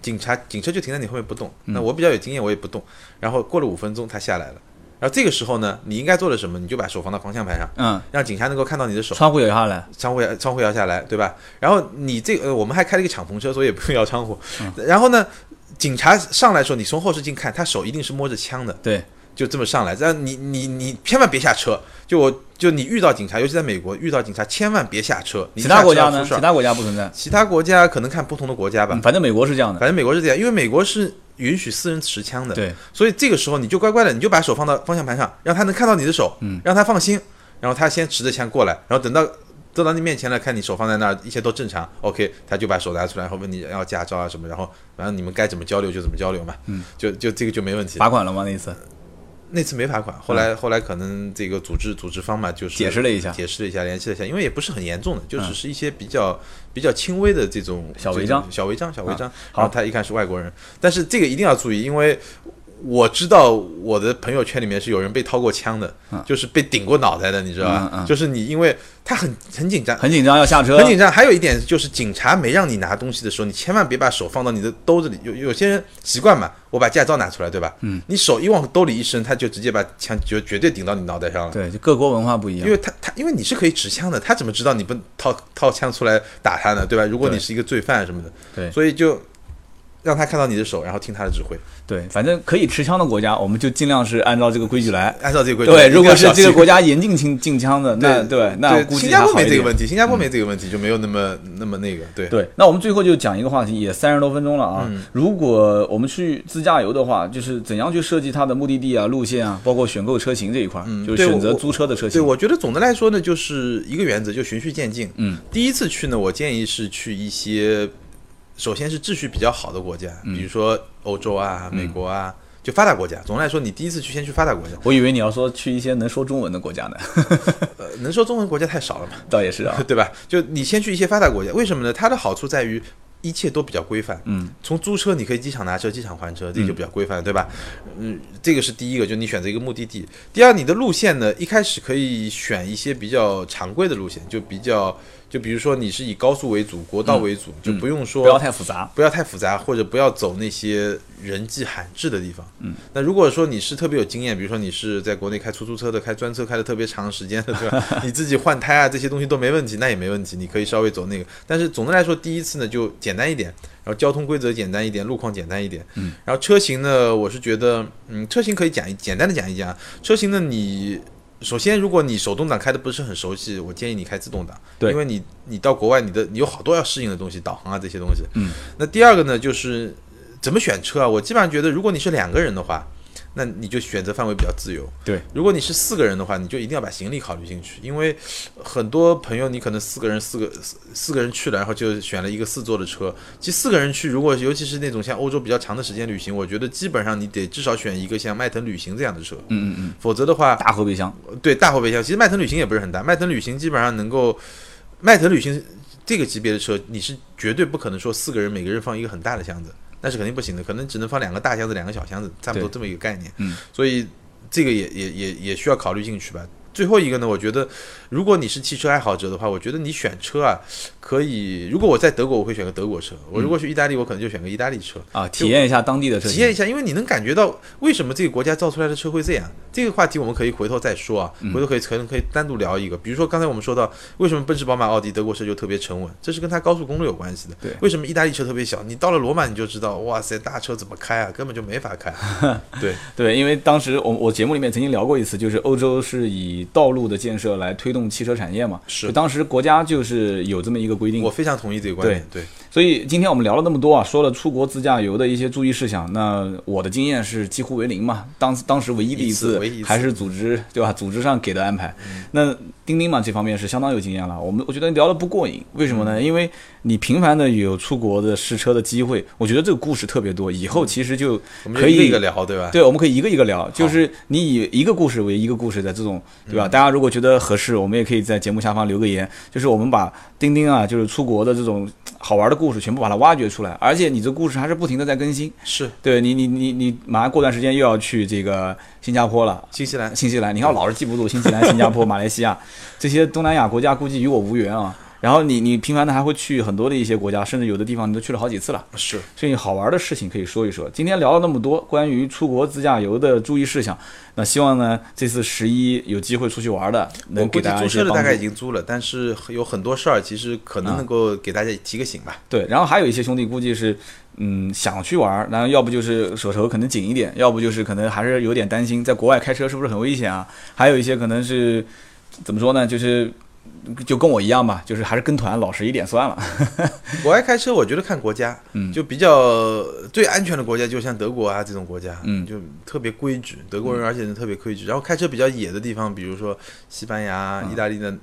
Speaker 2: 警察警车就停在你后面不动，
Speaker 1: 嗯
Speaker 2: 那我比较有经验，我也不动。然后过了五分钟，他下来了。然后这个时候呢，你应该做的什么？你就把手放到方向盘上，
Speaker 1: 嗯，
Speaker 2: 让警察能够看到你的手。
Speaker 1: 窗户摇下来，
Speaker 2: 窗户摇窗户摇下来，对吧？然后你这个、呃我们还开了一个敞篷车，所以也不用摇窗户。
Speaker 1: 嗯
Speaker 2: 然后呢，警察上来的时候，你从后视镜看，他手一定是摸着枪的，
Speaker 1: 对，
Speaker 2: 就这么上来。但你你你千万别下车，就我就你遇到警察，尤其在美国遇到警察，千万别下车。你
Speaker 1: 其他国家
Speaker 2: 下
Speaker 1: 呢？
Speaker 2: 车要
Speaker 1: 其
Speaker 2: 出事儿
Speaker 1: 他国家不存在，
Speaker 2: 其他国家可能看不同的国家吧，
Speaker 1: 嗯反正美国是这样的。
Speaker 2: 反正美国是这样，因为美国是允许私人持枪的，
Speaker 1: 对，
Speaker 2: 所以这个时候你就乖乖的，你就把手放到方向盘上，让他能看到你的手，嗯，让他放心。然后他先持着枪过来，然后等到坐到你面前了，看你手放在那儿，一切都正常，OK，他就把手拿出来，然后问你要驾照啊什么，然后反正你们该怎么交流就怎么交流嘛，嗯，就就这个就没问题。
Speaker 1: 罚款了吗？那一次
Speaker 2: 那次没罚款，后来、后来可能这个组织组织方嘛，就是
Speaker 1: 嗯解释了一下嗯
Speaker 2: 解释了一下，联系了一下，因为也不是很严重的，就只是一些比较、比较轻微的这种
Speaker 1: 小违章啊
Speaker 2: 这种小违章、小违章。
Speaker 1: 好
Speaker 2: 然后他一看是外国人，但是这个一定要注意，因为我知道我的朋友圈里面是有人被掏过枪的，就是被顶过脑袋的，你知道吧？
Speaker 1: 嗯嗯嗯
Speaker 2: 就是你因为他很很紧张，
Speaker 1: 很紧张，要下车
Speaker 2: 很，紧张。还有一点就是，警察没让你拿东西的时候，你千万别把手放到你的兜子里。有有些人习惯嘛，我把驾照拿出来，对吧？嗯，你手一往兜里一伸，他就直接把枪就绝对顶到你脑袋上了。
Speaker 1: 对，就各国文化不一
Speaker 2: 因
Speaker 1: 样。
Speaker 2: 为他他因为你是可以持枪的，他怎么知道你不掏掏枪出来打他呢？对吧？如果
Speaker 1: 对
Speaker 2: 你是一个罪犯什么的，
Speaker 1: 对
Speaker 2: 所以就让他看到你的手，然后听他的指挥，
Speaker 1: 对，反正可以持枪的国家，我们就尽量是按照这个规矩来。
Speaker 2: 按照这个规矩。
Speaker 1: 对，如果
Speaker 2: 一定
Speaker 1: 是
Speaker 2: 要小
Speaker 1: 这
Speaker 2: 心
Speaker 1: 个国家严禁禁禁枪的，那
Speaker 2: 对
Speaker 1: 那估计
Speaker 2: 新加
Speaker 1: 还
Speaker 2: 坡
Speaker 1: 好一
Speaker 2: 没这个
Speaker 1: 点。嗯
Speaker 2: 问题，新加坡没这个问题，就没有那么那么那个。对，
Speaker 1: 对，那我们最后就讲一个话题，也三十多分钟了啊。
Speaker 2: 嗯
Speaker 1: 如果我们去自驾游的话，就是怎样去设计它的目的地啊、路线啊，包括选购车型这一块，就是
Speaker 2: 嗯对
Speaker 1: 选择
Speaker 2: 我
Speaker 1: 租车的车
Speaker 2: 对，
Speaker 1: 型。
Speaker 2: 我觉得总的来说呢，就是一个原则，就循序渐进。
Speaker 1: 嗯，
Speaker 2: 第一次去呢，我建议是去一些，首先是秩序比较好的国家，比如说欧洲啊、美国啊，就发达国家。总的来说，你第一次去先去发达国家，
Speaker 1: 我以为你要说去一些能说中文的国家呢，
Speaker 2: 呃，能说中文国家太少了嘛，
Speaker 1: 倒也是啊。
Speaker 2: 对吧？就你先去一些发达国家，为什么呢？它的好处在于。一切都比较规范。
Speaker 1: 嗯，
Speaker 2: 从租车你可以机场拿车，机场还车，这个就比较规范，对吧？嗯，这个是第一个，就你选择一个目的地。第二，你的路线呢，一开始可以选一些比较常规的路线，就比较，就比如说你是以高速为主，国道为主，就不用说、
Speaker 1: 嗯不要太复杂。
Speaker 2: 不要太复杂，或者不要走那些人迹罕至的地方。嗯，那如果说你是特别有经验，比如说你是在国内开出租车的，开专车开的特别长时间的，对 吧？你自己换胎啊这些东西都没问题，那也没问题，你可以稍微走那个。但是总的来说，第一次呢就简单一点，然后交通规则简单一点，路况简单一点。嗯，然后车型呢，我是觉得，嗯，车型可以讲一简单的讲一讲。车型呢，你首先如果你手动挡开的不是很熟悉，我建议你开自动挡，
Speaker 1: 对
Speaker 2: 因为你你到国外你的你有好多要适应的东西，导航啊这些东西。那第二个呢，就是呃怎么选车啊？我基本上觉得，如果你是两个人的话，那你就选择范围比较自由。
Speaker 1: 对，
Speaker 2: 如果你是四个人的话，你就一定要把行李考虑进去，因为呃很多朋友你可能四个人四个四四个人去了，然后就选了一个四座的车。其实四个人去，如果尤其是那种像欧洲比较长的时间旅行，我觉得基本上你得至少选一个像迈腾旅行这样的车，
Speaker 1: 嗯嗯嗯，
Speaker 2: 否则的话，
Speaker 1: 大后备箱，
Speaker 2: 对大后备箱，其实迈腾旅行也不是很大，迈腾旅行基本上能够，迈腾旅行这个级别的车，你是绝对不可能说四个人每个人放一个很大的箱子，那是肯定不行的，可能只能放两个大箱子，两个小箱子，差不多
Speaker 1: 对
Speaker 2: 这么一个概念。
Speaker 1: 嗯，
Speaker 2: 所以这个也也也也需要考虑进去吧。最后一个呢，我觉得如果你是汽车爱好者的话，我觉得你选车啊，可以。如果我在德国，我会选个德国车；我如果去意大利，我可能就选个意大利车。
Speaker 1: 啊，体验一下当地的车
Speaker 2: 体
Speaker 1: 型。
Speaker 2: 验一下，因为你能感觉到为什么这个国家造出来的车会这样。这个话题我们可以回头再说啊，
Speaker 1: 嗯
Speaker 2: 回头可以可能可以单独聊一个。比如说刚才我们说到，为什么奔驰、宝马、奥迪德国车就特别沉稳，这是跟它高速公路有关系的。
Speaker 1: 对
Speaker 2: 为什么意大利车特别小？你到了罗马你就知道，哇塞，大车怎么开啊，根本就没法 开。对，
Speaker 1: 对，因为当时我我节目里面曾经聊过一次，就是欧洲是以道路的建设来推动汽车产业嘛，
Speaker 2: 是
Speaker 1: 就当时国家就是有这么一个规定
Speaker 2: 我。非常同意这个观点。对，
Speaker 1: 所以今天我们聊了那么多啊，说了出国自驾游的一些注意事项。那我的经验是几乎为零嘛，当当时唯一的
Speaker 2: 一次
Speaker 1: 次
Speaker 2: 唯一一次
Speaker 1: 还是组织对吧？组织上给的安排。那钉钉嘛，这方面是相当有经验了。我们我觉得聊得不过瘾，为什么
Speaker 2: 嗯
Speaker 1: 呢？因为你频繁的有出国的试车的机会，我觉得这个故事特别多。以后其实就
Speaker 2: 嗯我们就
Speaker 1: 可
Speaker 2: 一个
Speaker 1: 以
Speaker 2: 一个聊，对吧？
Speaker 1: 对，我们可以一个一个聊，就是你以一个故事为一个故事的这种，对吧？大家如果觉得合适，我们也可以在节目下方留个言，就是我们把钉钉啊，就是出国的这种好玩的故事全部把它挖掘出来，而且你这故事还是不停的在更新。
Speaker 2: 是
Speaker 1: 对你，你你你，马上过段时间又要去这个新加坡了。
Speaker 2: 新西兰。
Speaker 1: 新西兰，你看我老是记不住新西兰、新加坡、马来西亚这些东南亚国家，估计与我无缘啊。然后你你频繁的还会去很多的一些国家，甚至有的地方你都去了好几次了。
Speaker 2: 是，
Speaker 1: 最近好玩的事情可以说一说。今天聊了那么多关于出国自驾游的注意事项，那希望呢这次十一有机会出去玩的，
Speaker 2: 我
Speaker 1: 能
Speaker 2: 估
Speaker 1: 给
Speaker 2: 计
Speaker 1: 大家
Speaker 2: 租
Speaker 1: 一些
Speaker 2: 车的
Speaker 1: 帮
Speaker 2: 大概已
Speaker 1: 助。啊
Speaker 2: 经租了，但是有很多事儿其实可能能够给大家提个醒吧。
Speaker 1: 对，然后还有一些兄弟估计是，嗯，想去玩，然后要不就是手头可能紧一点，要不就是可能还是有点担心在国外开车是不是很危险啊？还有一些可能是怎么说呢，就是就跟我一样吧，就是还是跟团老实一点算了。
Speaker 2: 国外开车，我觉得看国家，
Speaker 1: 嗯
Speaker 2: 就比较呃最安全的国家，就像德国啊这种国家，
Speaker 1: 嗯
Speaker 2: 就特别规矩，德国人而且人特别规矩。然后开车比较野的地方，比如说西班牙、
Speaker 1: 啊
Speaker 2: 意大利的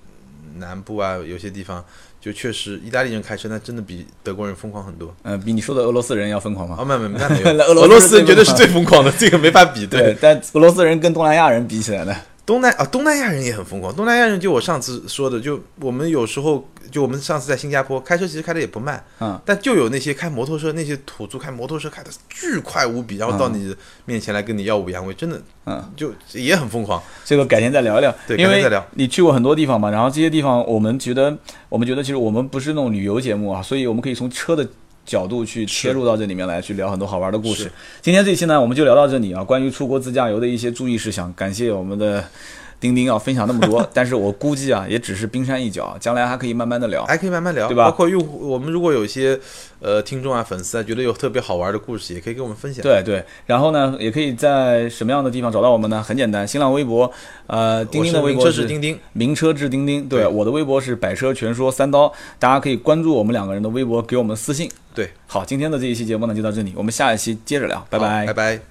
Speaker 2: 南部啊，有些地方就确实意大利人开车，那真的比德国人疯狂很多。
Speaker 1: 嗯、比你说的俄罗斯人要疯狂吗？
Speaker 2: 哦，没有没有，那 没有，
Speaker 1: 俄罗斯
Speaker 2: 俄罗斯人
Speaker 1: 最
Speaker 2: 绝对是
Speaker 1: 疯狂
Speaker 2: 最疯狂的，这个没法比。对，
Speaker 1: 对，但俄罗斯人跟东南亚人比起来呢，
Speaker 2: 东南啊，东南亚人也很疯狂。东南亚人就我上次说的，就我们有时候就我们上次在新加坡开车，其实开的也不慢，
Speaker 1: 嗯，
Speaker 2: 但就有那些开摩托车，那些土著开摩托车开的巨快无比，然后到你面前来跟你耀武扬威，真的，
Speaker 1: 嗯，
Speaker 2: 就也很疯狂。
Speaker 1: 这个改天再聊一聊，
Speaker 2: 对
Speaker 1: 因
Speaker 2: 改天再
Speaker 1: 为
Speaker 2: 聊
Speaker 1: 你去过很多地方嘛，然后这些地方我们觉得，我们觉得其实我们不是那种旅游节目啊，所以我们可以从车的角度去切入到这里面来，去聊很多好玩的故事
Speaker 2: 是。
Speaker 1: 今天这期呢，我们就聊到这里啊，关于出国自驾游的一些注意事项，感谢我们的。钉钉啊，分享那么 多，但是我估计啊，也只是冰山一角，将来还可以慢慢的聊。
Speaker 2: 还可以慢慢聊，
Speaker 1: 对吧
Speaker 2: 包括用户，我们如果有一些呃听众啊、粉丝啊，觉得有特别好玩的故事，也可以跟我们分享。
Speaker 1: 对对，然后呢，也可以在什么样的地方找到我们呢？很简单，新浪微博，呃，钉
Speaker 2: 我
Speaker 1: 钉
Speaker 2: 是
Speaker 1: 的微
Speaker 2: 名
Speaker 1: 博
Speaker 2: 车
Speaker 1: 是
Speaker 2: 是钉钉，
Speaker 1: 名车志钉钉，对，
Speaker 2: 对
Speaker 1: 我的微博是百车全说三刀，大家可以关注我们两个人的微博，给我们私信。
Speaker 2: 对，
Speaker 1: 好，今天的这一期节目呢就到这里，我们下一期接着聊，拜
Speaker 2: 好拜拜。